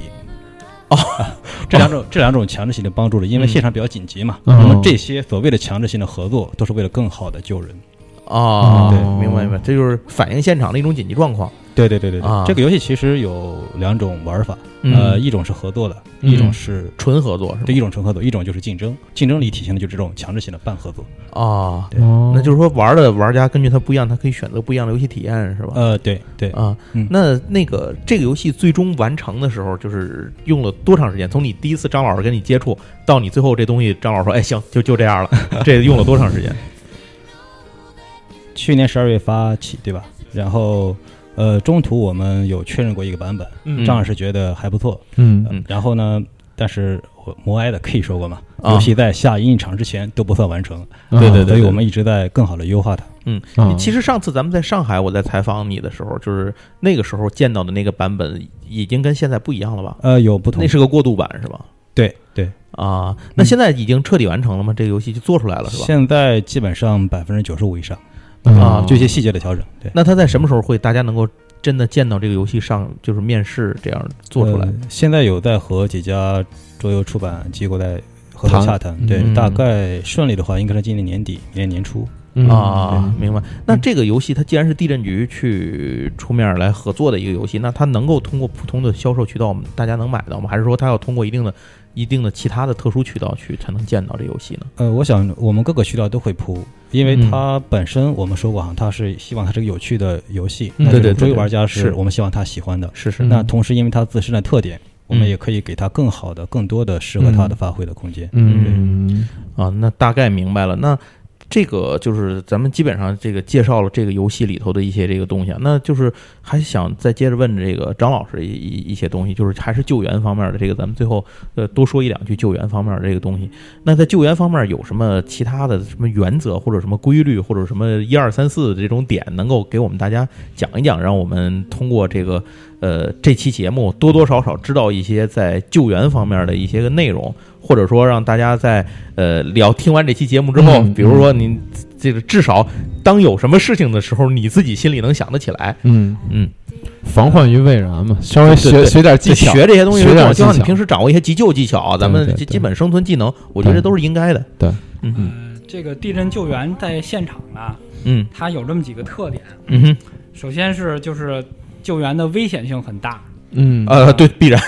哦啊这两种这两种强制性的帮助了，因为嗯现场比较紧急嘛。嗯那么这些所谓的强制性的合作，都是为了更好的救人。啊，嗯对对，明白明白，这就是反映现场的一种紧急状况。对对对对啊对，这个游戏其实有两种玩法，嗯呃，一种是合作的，一种是纯合作是吧？对一种纯合作，一种就是竞争。竞争里体现的就是这种强制性的半合作。啊，哦，那就是说玩的玩家根据他不一样，他可以选择不一样的游戏体验，是吧？呃，对对，啊，嗯那那个这个游戏最终完成的时候，就是用了多长时间？从你第一次张老师跟你接触到你最后这东西，张老师说：“哎，行，就就这样了。” 这用了多长时间？去年十二月发起，对吧？然后，呃，中途我们有确认过一个版本，嗯张老师觉得还不错。嗯嗯然后呢，但是我摩埃的 K 说过嘛，啊游戏在下印场之前都不算完成，啊对对所以我们一直在更好的优化它。嗯啊其实上次咱们在上海，我在采访你的时候，就是那个时候见到的那个版本，已经跟现在不一样了吧？呃，有不同那，是个过渡版是吧？对对，啊，那现在已经彻底完成了吗？这个游戏就做出来了是吧？现在基本上百分之九十五以上，啊就一些细节的调整，对，那它在什么时候会大家能够真的见到这个游戏上就是面世这样做出来？呃现在有在和几家桌游出版机构在合作谈洽谈，对，嗯大概顺利的话，应该是今年年底、明年年初。嗯呃啊，明白。那这个游戏它既然是地震局去出面来合作的一个游戏，那它能够通过普通的销售渠道，我们大家能买到吗？还是说它要通过一定的、一定的其他的特殊渠道去才能见到这游戏呢？呃，我想我们各个渠道都会铺，因为嗯它本身我们说过哈，它是希望它是个有趣的游戏，嗯那这对对种对桌游对玩家是是我们希望他喜欢的。是是嗯那同时，因为它自身的特点，我们嗯也可以给它更好的、更多的适合它的发挥的空间。嗯啊，那大概明白了。那这个就是咱们基本上这个介绍了这个游戏里头的一些这个东西啊，那就是还想再接着问这个张老师一一一些东西，就是还是救援方面的这个，咱们最后呃多说一两句救援方面的这个东西。那在救援方面有什么其他的什么原则或者什么规律或者什么一二三四这种点能够给我们大家讲一讲，让我们通过这个呃这期节目多多少少知道一些在救援方面的一些个内容，或者说让大家在呃聊听完这期节目之后，嗯比如说您这个至少当有什么事情的时候，你自己心里能想得起来，嗯，嗯，防患于未然嘛，稍微对对学对学点技巧，学这些东西，学就点技巧像你平时掌握一些急救技巧啊，咱对们对基对基本生存技能，我觉得对这都是应该的。对，嗯呃，这个地震救援在现场呢，嗯它有这么几个特点。嗯哼，首先是就是救援的危险性很大，嗯呃，对，必然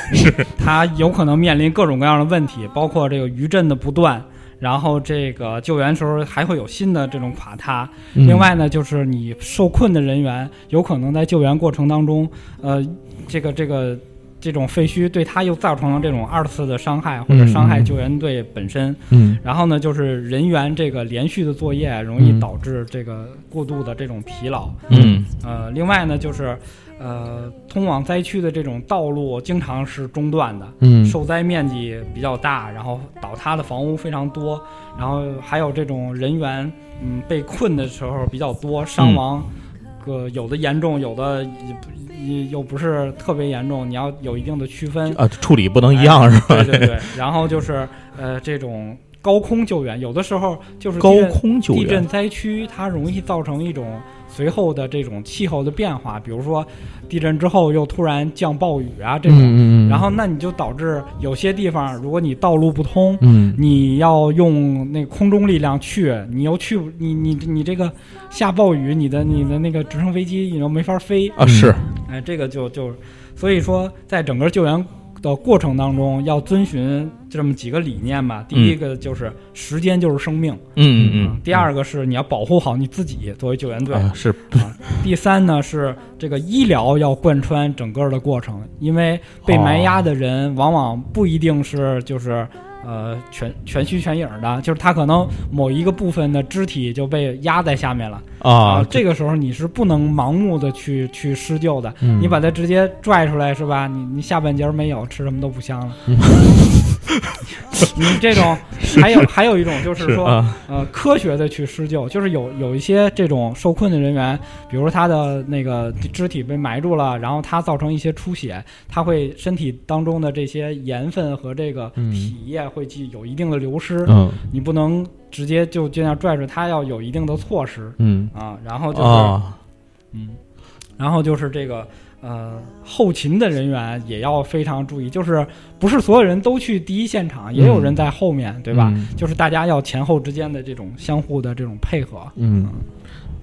它有可能面临各种各样的问题，包括这个余震的不断，然后这个救援时候还会有新的这种垮塌。嗯另外呢，就是你受困的人员有可能在救援过程当中，呃，这个这个这种废墟对他又造成了这种二次的伤害，或者嗯伤害嗯救援队本身。嗯然后呢，就是人员这个连续的作业容易嗯导致这个过度的这种疲劳。嗯呃，另外呢，就是呃，通往灾区的这种道路经常是中断的，嗯受灾面积比较大，然后倒塌的房屋非常多，然后还有这种人员嗯被困的时候比较多，伤嗯亡个有的严重，有的也不也又不是特别严重，你要有一定的区分。啊，处理不能一样是吧？ 对对对，然后就是呃这种高空救援，有的时候就是高哎地震空救地震援，灾区它容易造成一种随后的这种气候的变化，比如说地震之后又突然降暴雨啊这种，嗯嗯，然后那你就导致有些地方如果你道路不通。嗯你要用那空中力量去，你又去不你你你这个下暴雨，你的你的那个直升飞机你又没法飞，啊，是，哎，这个就就，所以说在整个救援的过程当中，要遵循这么几个理念吧。第一个就是时间就是生命，嗯嗯，第二个是你要保护好你自己作为救援队，嗯啊是，第三呢是这个医疗要贯穿整个的过程，因为被埋压的人往往不一定是就是。呃，全全虚全影的，就是他可能某一个部分的肢体就被压在下面了嗯啊，这个时候你是不能盲目的去去施救的，嗯你把它直接拽出来是吧？你你下半截儿没有，吃什么都不香了。你这种还有还有一种就是说，啊，呃，科学的去施救，就是有有一些这种受困的人员，比如说他的那个肢体被埋住了，然后他造成一些出血，他会身体当中的这些盐分和这个嗯体液会去有一定的流失，嗯你不能直接就这样拽出，他要有一定的措施嗯啊。然后就是、啊，嗯，然后就是这个呃后勤的人员也要非常注意，就是不是所有人都去第一现场，也有人在后面，对吧？嗯就是大家要前后之间的这种相互的这种配合。嗯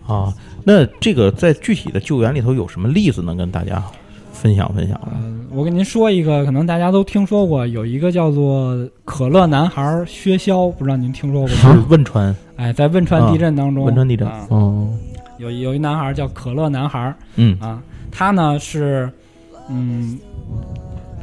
啊，那这个在具体的救援里头有什么例子能跟大家分享分享吗？嗯，我跟您说一个，可能大家都听说过，有一个叫做“可乐男孩”薛骁，不知道您听说过是啊吗？汶川，哎，在汶川地震当啊中，汶川地震啊哦有一有一男孩叫可乐男孩，嗯啊，他呢是，嗯，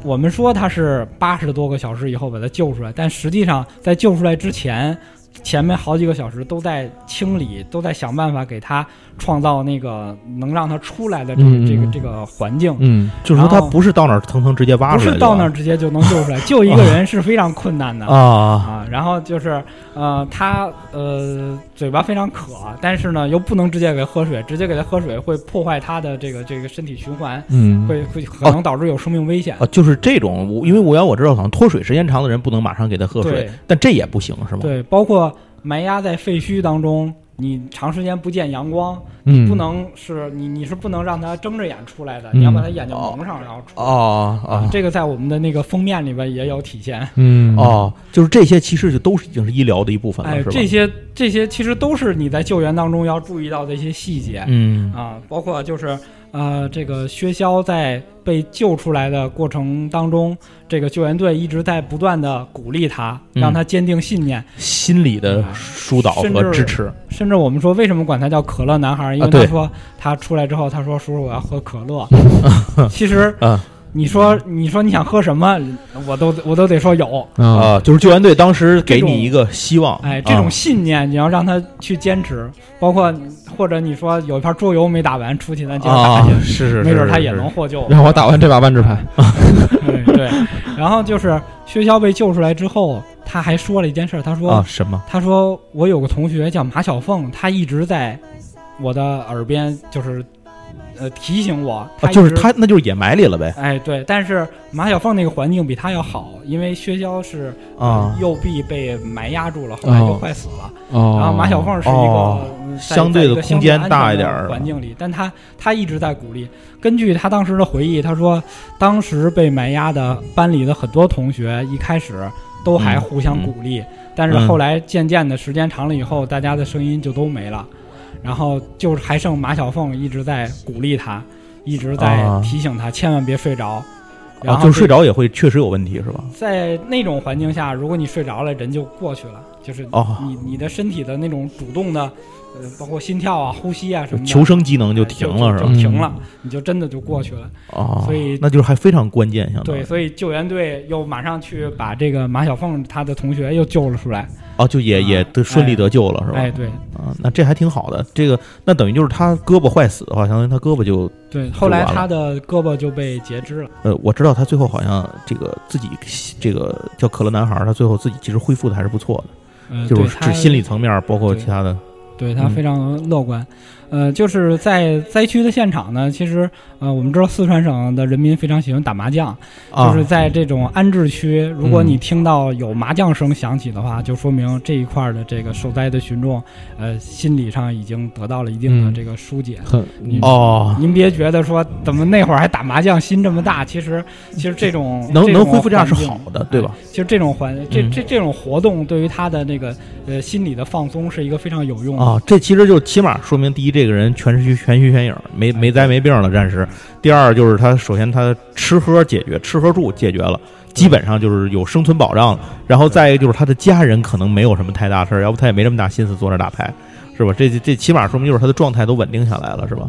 我们说他是八十多个小时以后把他救出来，但实际上在救出来之前，前面好几个小时都在清理，都在想办法给他创造那个能让他出来的这个、嗯嗯这个嗯这个环境。嗯就是说他然后不是到那儿层层直接挖不出来是的吧，到那儿直接就能救出来，救一个人是非常困难的啊，啊，然后就是呃，他呃嘴巴非常渴，但是呢又不能直接给他喝水，直接给他喝水会破坏他的这个这个身体循环，嗯会会可能导致有生命危险。啊，就是这种，我因为我要我知道，好像脱水时间长的人不能马上给他喝水对，但这也不行是吗？对，包括埋压在废墟当中，你长时间不见阳光，嗯不能是你你是不能让它睁着眼出来的，嗯你要把它眼睛蒙上，然后出。哦哦这个在我们的那个封面里边也有体现。嗯哦，就是这些其实就都是已经是医疗的一部分了，哎是，吧？这些这些其实都是你在救援当中要注意到的一些细节。嗯啊，包括就是呃，这个薛骁在被救出来的过程当中，这个救援队一直在不断的鼓励他，嗯让他坚定信念。心理的疏导啊甚和至支持，甚至我们说，为什么管他叫可乐男孩儿？因为啊对 他说他出来之后，他说：“叔叔，我要喝可乐。”其实啊，你说你说你想喝什么，我都我都得说有。啊，啊，就是救援队当时给这种你一个希望，哎，这种啊信念你要让他去坚持，包括或者你说有一盘桌游没打完，出去咱接着打啊去，，是是，没准是他是也是能获救。让我打完这把万智牌，对对，然后就是薛骁被救出来之后，他还说了一件事儿，他说、啊什么他说我有个同学叫马小凤，她一直在我的耳边就是呃提醒我，啊，她一就是直他那就是掩埋里了呗哎对，但是马小凤那个环境比他要好，因为薛骁是呃啊，右臂被埋压住了，后来就快死了。哦，然后马小凤是一个、哦嗯在相对的在一个空间大一点相对安全儿的环境里，但他他一直在鼓励。根据他当时的回忆，他说当时被埋压的班里的很多同学一开始都还嗯互相鼓励，但是后来渐渐的时间长了以后，大家的声音就都没了，然后就是还剩马小凤一直在鼓励他，一直在啊提醒他、千万别睡着。然啊，后、就是睡。着也会确实有问题是吧？在那种环境下，如果你睡着了，人就过去了，就是哦，你你的身体的那种主动的，呃，包括心跳啊、呼吸啊什就么的，求生机能就停了是就吧嗯就？停了，你就真的就过去了。哦，所以那就是还非常关键，相当对，于所以救援队又马上去把这个马小凤她的同学又救了出来。哦，就也也得顺利得救了是啊哎，吧？对啊，那这还挺好的。这个那等于就是他胳膊坏死的话，相当于他胳膊就对，后来完了她的胳膊就被截肢了。呃，我知道他最后好像这个自己这个叫可乐男孩儿，他最后自己其实恢复的还是不错的，呃，就对是她这心理层面儿包括对其他的对他嗯非常乐观。呃，就是在灾区的现场呢，其实呃，我们知道四川省的人民非常喜欢打麻将，啊嗯就是在这种安置区，如果你听到有麻将声响起的话，就说明这一块儿的这个受灾的群众，呃，心理上已经得到了一定的嗯这个疏解。很哦，您别觉得说怎么那会儿还打麻将，心这么大，其实其实这种 能这能种恢复这样是环境好的，对吧？其实这种环这嗯这这种活动对于他的那个呃心理的放松是一个非常有用的。啊，这其实就起码说明，第一，这个人全虚全虚全影，没没灾没病了，暂时；第二，就是他首先他吃喝解决，吃喝住解决了，基本上就是有生存保障了。然后再一个就是他的家人可能没有什么太大事儿，要不他也没这么大心思坐那儿打牌，是吧？这这起码说明就是他的状态都稳定下来了，是吧？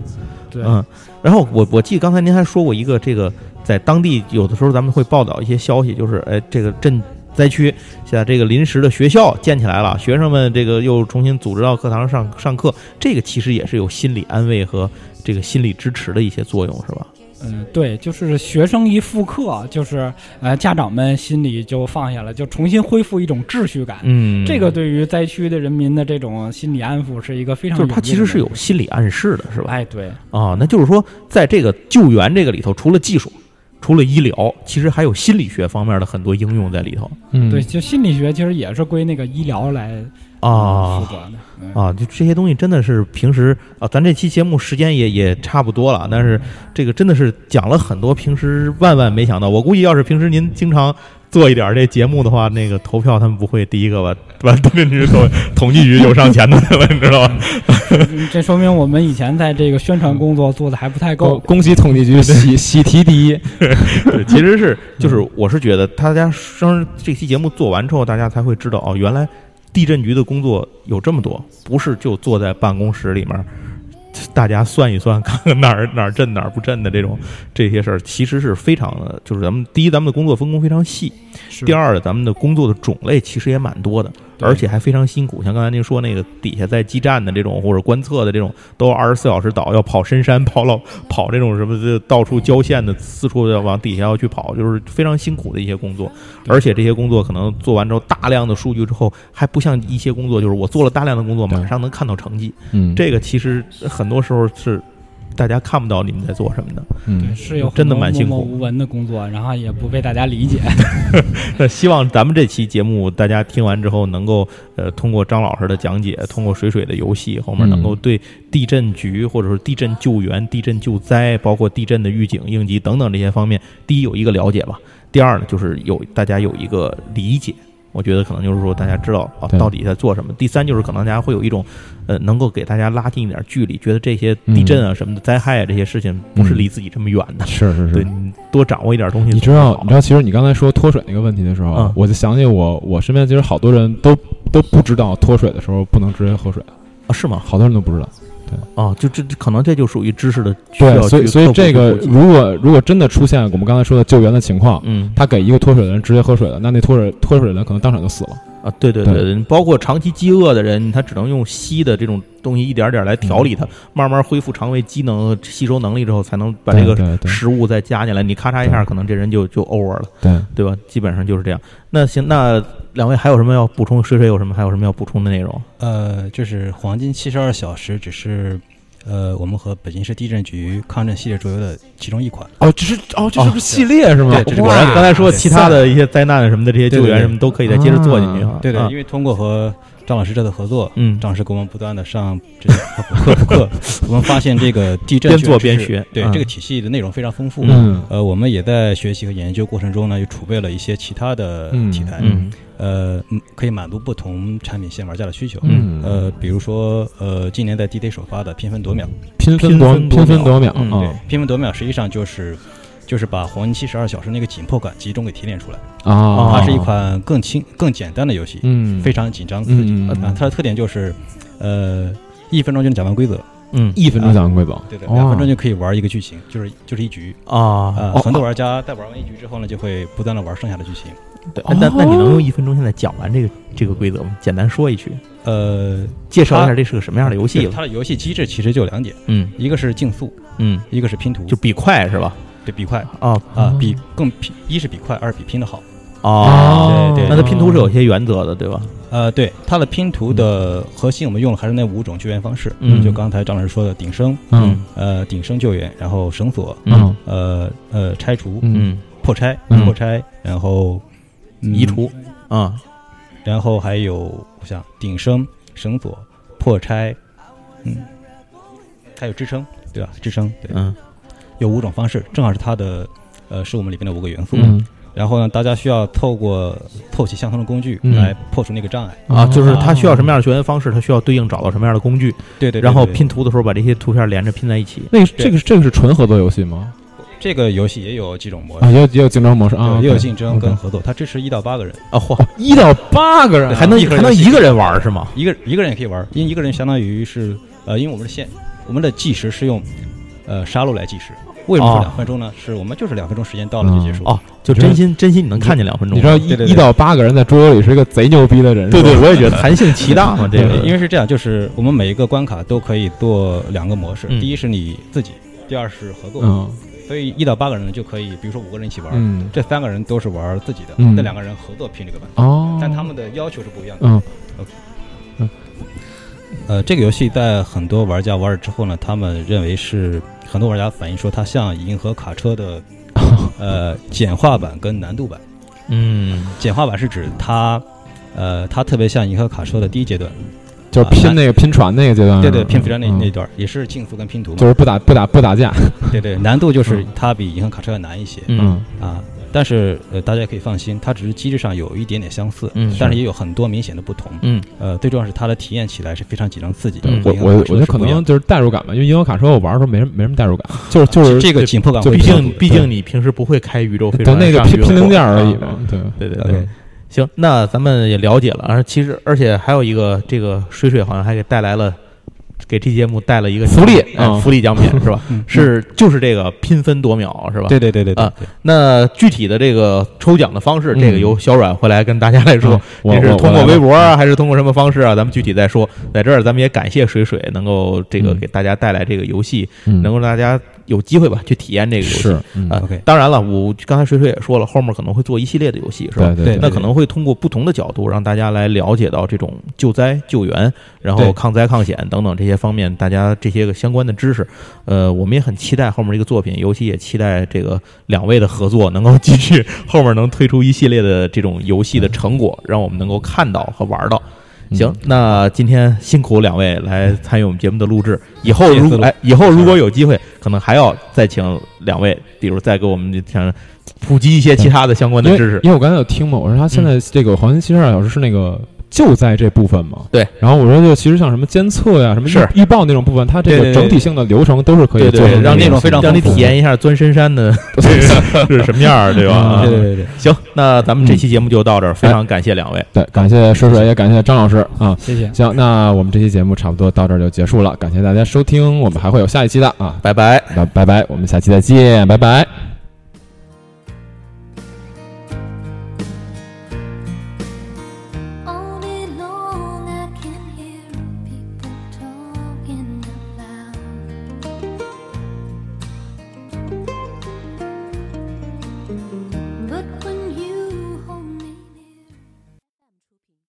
对，嗯，然后我我记得刚才您还说过一个，这个在当地有的时候咱们会报道一些消息，就是哎，这个镇灾区现在这个临时的学校建起来了，学生们这个又重新组织到课堂上上课，这个其实也是有心理安慰和这个心理支持的一些作用，是吧？嗯，对，就是学生一复课，就是呃，家长们心里就放下了，就重新恢复一种秩序感。嗯这个对于灾区的人民的这种心理安抚是一个非常就是它有其用实是的有心理暗示的，是吧？哎，对，啊，那就是说，在这个救援这个里头，除了技术。除了医疗，其实还有心理学方面的很多应用在里头嗯对，就心理学其实也是归那个医疗来啊。负责的。嗯啊，就这些东西真的是平时啊，咱这期节目时间也也差不多了，但是这个真的是讲了很多平时万万没想到。我估计要是平时您经常做一点儿这节目的话，那个投票他们不会第一个吧，把 地震局统统计局就上前头去了，你知道吧？嗯这说明我们以前在这个宣传工作做的还不太恭够。恭喜统计局喜喜提第一， 对，其实是就是我是觉得大家生这期节目做完之后，大家才会知道哦，原来地震局的工作有这么多，不是就坐在办公室里面儿。大家算一算，看看哪儿哪儿震哪儿不震的这种这些事儿，其实是非常的，就是咱们第一，咱们的工作分工非常细；是第二，咱们的工作的种类其实也蛮多的，对而且还非常辛苦。像刚才您说那个底下在基站的这种或者观测的这种，都二十四小时倒，要跑深山、跑老、跑这种什么这到处交线的，四处要往底下要去跑，就是非常辛苦的一些工作。对而且这些工作可能做完之后，大量的数据之后，还不像一些工作，就是我做了大量的工作，对马上能看到成绩。嗯，这个其实很多时候是大家看不到你们在做什么的。嗯对，是有很真的多蛮辛默苦默无闻的工作，然后也不被大家理解。 那希望咱们这期节目大家听完之后，能够呃通过张老师的讲解，通过水水的游戏后面，嗯能够对地震局或者是地震救援、地震救灾，包括地震的预警、应急等等这些方面，第一有一个了解吧，第二呢就是有大家有一个理解。我觉得可能就是说，大家知道啊，对到底在做什么。第三就是可能大家会有一种，呃，能够给大家拉近一点距离，觉得这些地震啊、什么的灾害啊这些事情不是离自己这么远的。嗯是是对是。你多掌握一点东西总你是知好，道，你知道，其实你刚才说脱水那个问题的时候，啊嗯我就想起我，我身边其实好多人都都不知道脱水的时候不能直接喝水，啊是吗？好多人都不知道。啊，就这这可能这就属于知识的需要对，所以去所以克服这个过去如果如果真的出现我们刚才说的救援的情况，嗯他给一个脱水的人直接喝水了，那那脱水脱水的人可能当场就死了。啊，对对对，包括长期饥饿的人，他只能用吸的这种东西一点点来调嗯理它，慢慢恢复肠胃机能、和吸收能力之后，才能把这个对对对食物再加进来。你咔嚓一下，对可能这人就就 over 了，对，对吧？基本上就是这样。那行，那两位还有什么要补充？水水有什么还有什么要补充的内容？呃，就是黄金七十二小时，只是呃，我们和北京市地震局抗震系列桌游的其中一款。哦，这是哦，这哦是不是系列是吗？对这是哇果然刚才说对其他的一些灾难什么的，这些对救对援对什么都可以再接着做进去啊。对对啊，因为通过和张老师这次合作，嗯，张老师给我们不断的上这些科普课，我们发现这个地震边确做实边是学对嗯这个体系的内容非常丰富。嗯呃，我们也在学习和研究过程中呢，又储备了一些其他的嗯题材，嗯呃，嗯可以满足不同产品线玩家的需求。嗯呃，比如说，呃，今年在 D Day 首发的《缤纷夺秒》，拼分夺拼拼分分夺夺秒秒嗯啊《缤纷夺秒》实际上就是就是把《黄金七十二小时》那个紧迫感集中给提炼出来。啊，它是一款更轻、更简单的游戏，嗯非常紧张刺激。嗯嗯啊，它的特点就是，呃，一分钟就能讲完规则，嗯一分钟讲完规则，对的，哇两分钟就可以玩一个剧情，就是就是一局。啊，啊、哦很多玩家在玩完一局之后呢，就会不断的玩剩下的剧情。对那那哦那你能用一分钟现在讲完这个这个规则吗？简单说一句，呃，介绍一下这是个什么样的游戏对吧？它的游戏机制其实就两点，嗯一个是竞速，嗯，一个是拼图，就比快是吧？对比快啊啊哦，比更拼，一是比快，二是比拼的好。哦啊，对对那它拼图是有些原则的，对吧？呃，对，它的拼图的核心我们用的还是那五种救援方式，嗯就刚才张老师说的顶升，嗯呃，顶升救援，然后绳索，嗯嗯呃呃，拆除、嗯嗯，破拆、嗯破拆，然后、嗯移，除啊，然后还有我想顶升、绳索、破拆，嗯，还有支撑，对吧？支撑，对，嗯有五种方式，正好是它的，呃，是我们里面的五个元素。嗯然后呢，大家需要透过凑齐相同的工具嗯来破除那个障碍。哦啊，就是它需要什么样的学员方式，它需要对应找到什么样的工具，对对对然后对拼图的时候把这些图片连着拼在一起。那个这个这个是纯合作游戏吗？这个游戏也有几种模啊，式，也有也有竞争模式啊，对也有 OK，竞争跟 OK 合作，它支持一到八个人，啊，嚯，一到八个人对还能一个还人能游戏一个人玩儿是吗？一个一个人也可以玩，因为一个人相当于是呃，因为我们的线，我们的计时是用呃杀戮来计时。为什么哦是两分钟呢？是我们就是两分钟时间到了就结束。哦，就真心真心你能看见两分钟你知，道一对对对一到八个人在桌游里是一个贼牛逼的人，对对，是吧我也 觉得弹性极大嘛，这对个，因为是这样，就是我们每一个关卡都可以做两个模式，嗯第一是你自己，第二是合作。嗯所以一到八个人就可以，比如说五个人一起玩，嗯这三个人都是玩自己的，嗯那两个人合作拼这个版，哦，但他们的要求是不一样的。嗯呃，这个游戏在很多玩家玩了之后呢，他们认为是很多玩家反映说它像《银河卡车》 的呃简化版跟难度版。嗯简化版是指它呃它特别像《银河卡车》的第一阶段，就是拼那个拼船那个阶段是啊对吧，对，拼非常那嗯那段也是竞速跟拼图就嘛，是不打不打不打架，对对，难度就是嗯它比《银河卡车》要难一些嗯啊。但是呃，大家也可以放心，它只是机制上有一点点相似，嗯但是也有很多明显的不同。嗯呃，最重要是它的体验起来是非常紧张刺激的。嗯和我银河我卡我觉车得是可不一样能就是代入感吧，因为银河卡车我玩的时候没什没什么代入感，就是就的是这个紧迫感就会毕比较竟足，毕竟你平时不会开宇宙飞就船，那个上拼宇宙拼零件而已啊嘛，对，对对对 OK，行，那咱们也了解了，而其实而且还有一个，这个水水好像还给带来了，给这节目带了一个福利哎嗯福利 奖品是吧？是就是这个缤纷夺秒是吧？对。对对对对啊那具体的这个抽奖的方式，嗯这个由小阮回来跟大家来说嗯，我这是我通我过来嗯微博啊，还是通过什么方式啊？咱们具体再说。在这儿，咱们也感谢水水能够这个嗯给大家带来这个游戏，嗯能够让大家有机会吧去体验这个游戏。是嗯啊 OK 当然了，我刚才水水也说了，后面可能会做一系列的游戏，是吧？对对对那可能会通过不同的角度，让大家来了解到这种救灾、救援，然后对抗灾、抗险等等这些方面，大家这些个相关的知识。呃，我们也很期待后面这个作品，尤其也期待这个两位的合作能够继续，后面能推出一系列的这种游戏的成果，让我们能够看到和玩到。嗯行，那今天辛苦两位来参与我们节目的录制。以后如谢谢哎，以后如果有机会，可能还要再请两位，比如再给我们想普及一些其他的相关因的为知识。嗯因为我刚才有听嘛，我说他现在这个黄金七十二小时是那个就在这部分嘛。对。然后我说，就其实像什么监测呀、什么是预预报那种部分，它这对个对对整体性的流程都是可以对做对，成让那那种种非常让你丰富体验一下钻深山的是什么样 儿，对吧啊？对对对，行，那咱们嗯这期节目就到这儿，非哎常感谢两位。 对，感谢水水，也感谢张老师啊。 谢谢。行，那我们这期节目差不多到这儿就结束了，感谢大家收听，我们还会有下一期的啊，拜拜。那拜拜，我们下期再见，拜拜。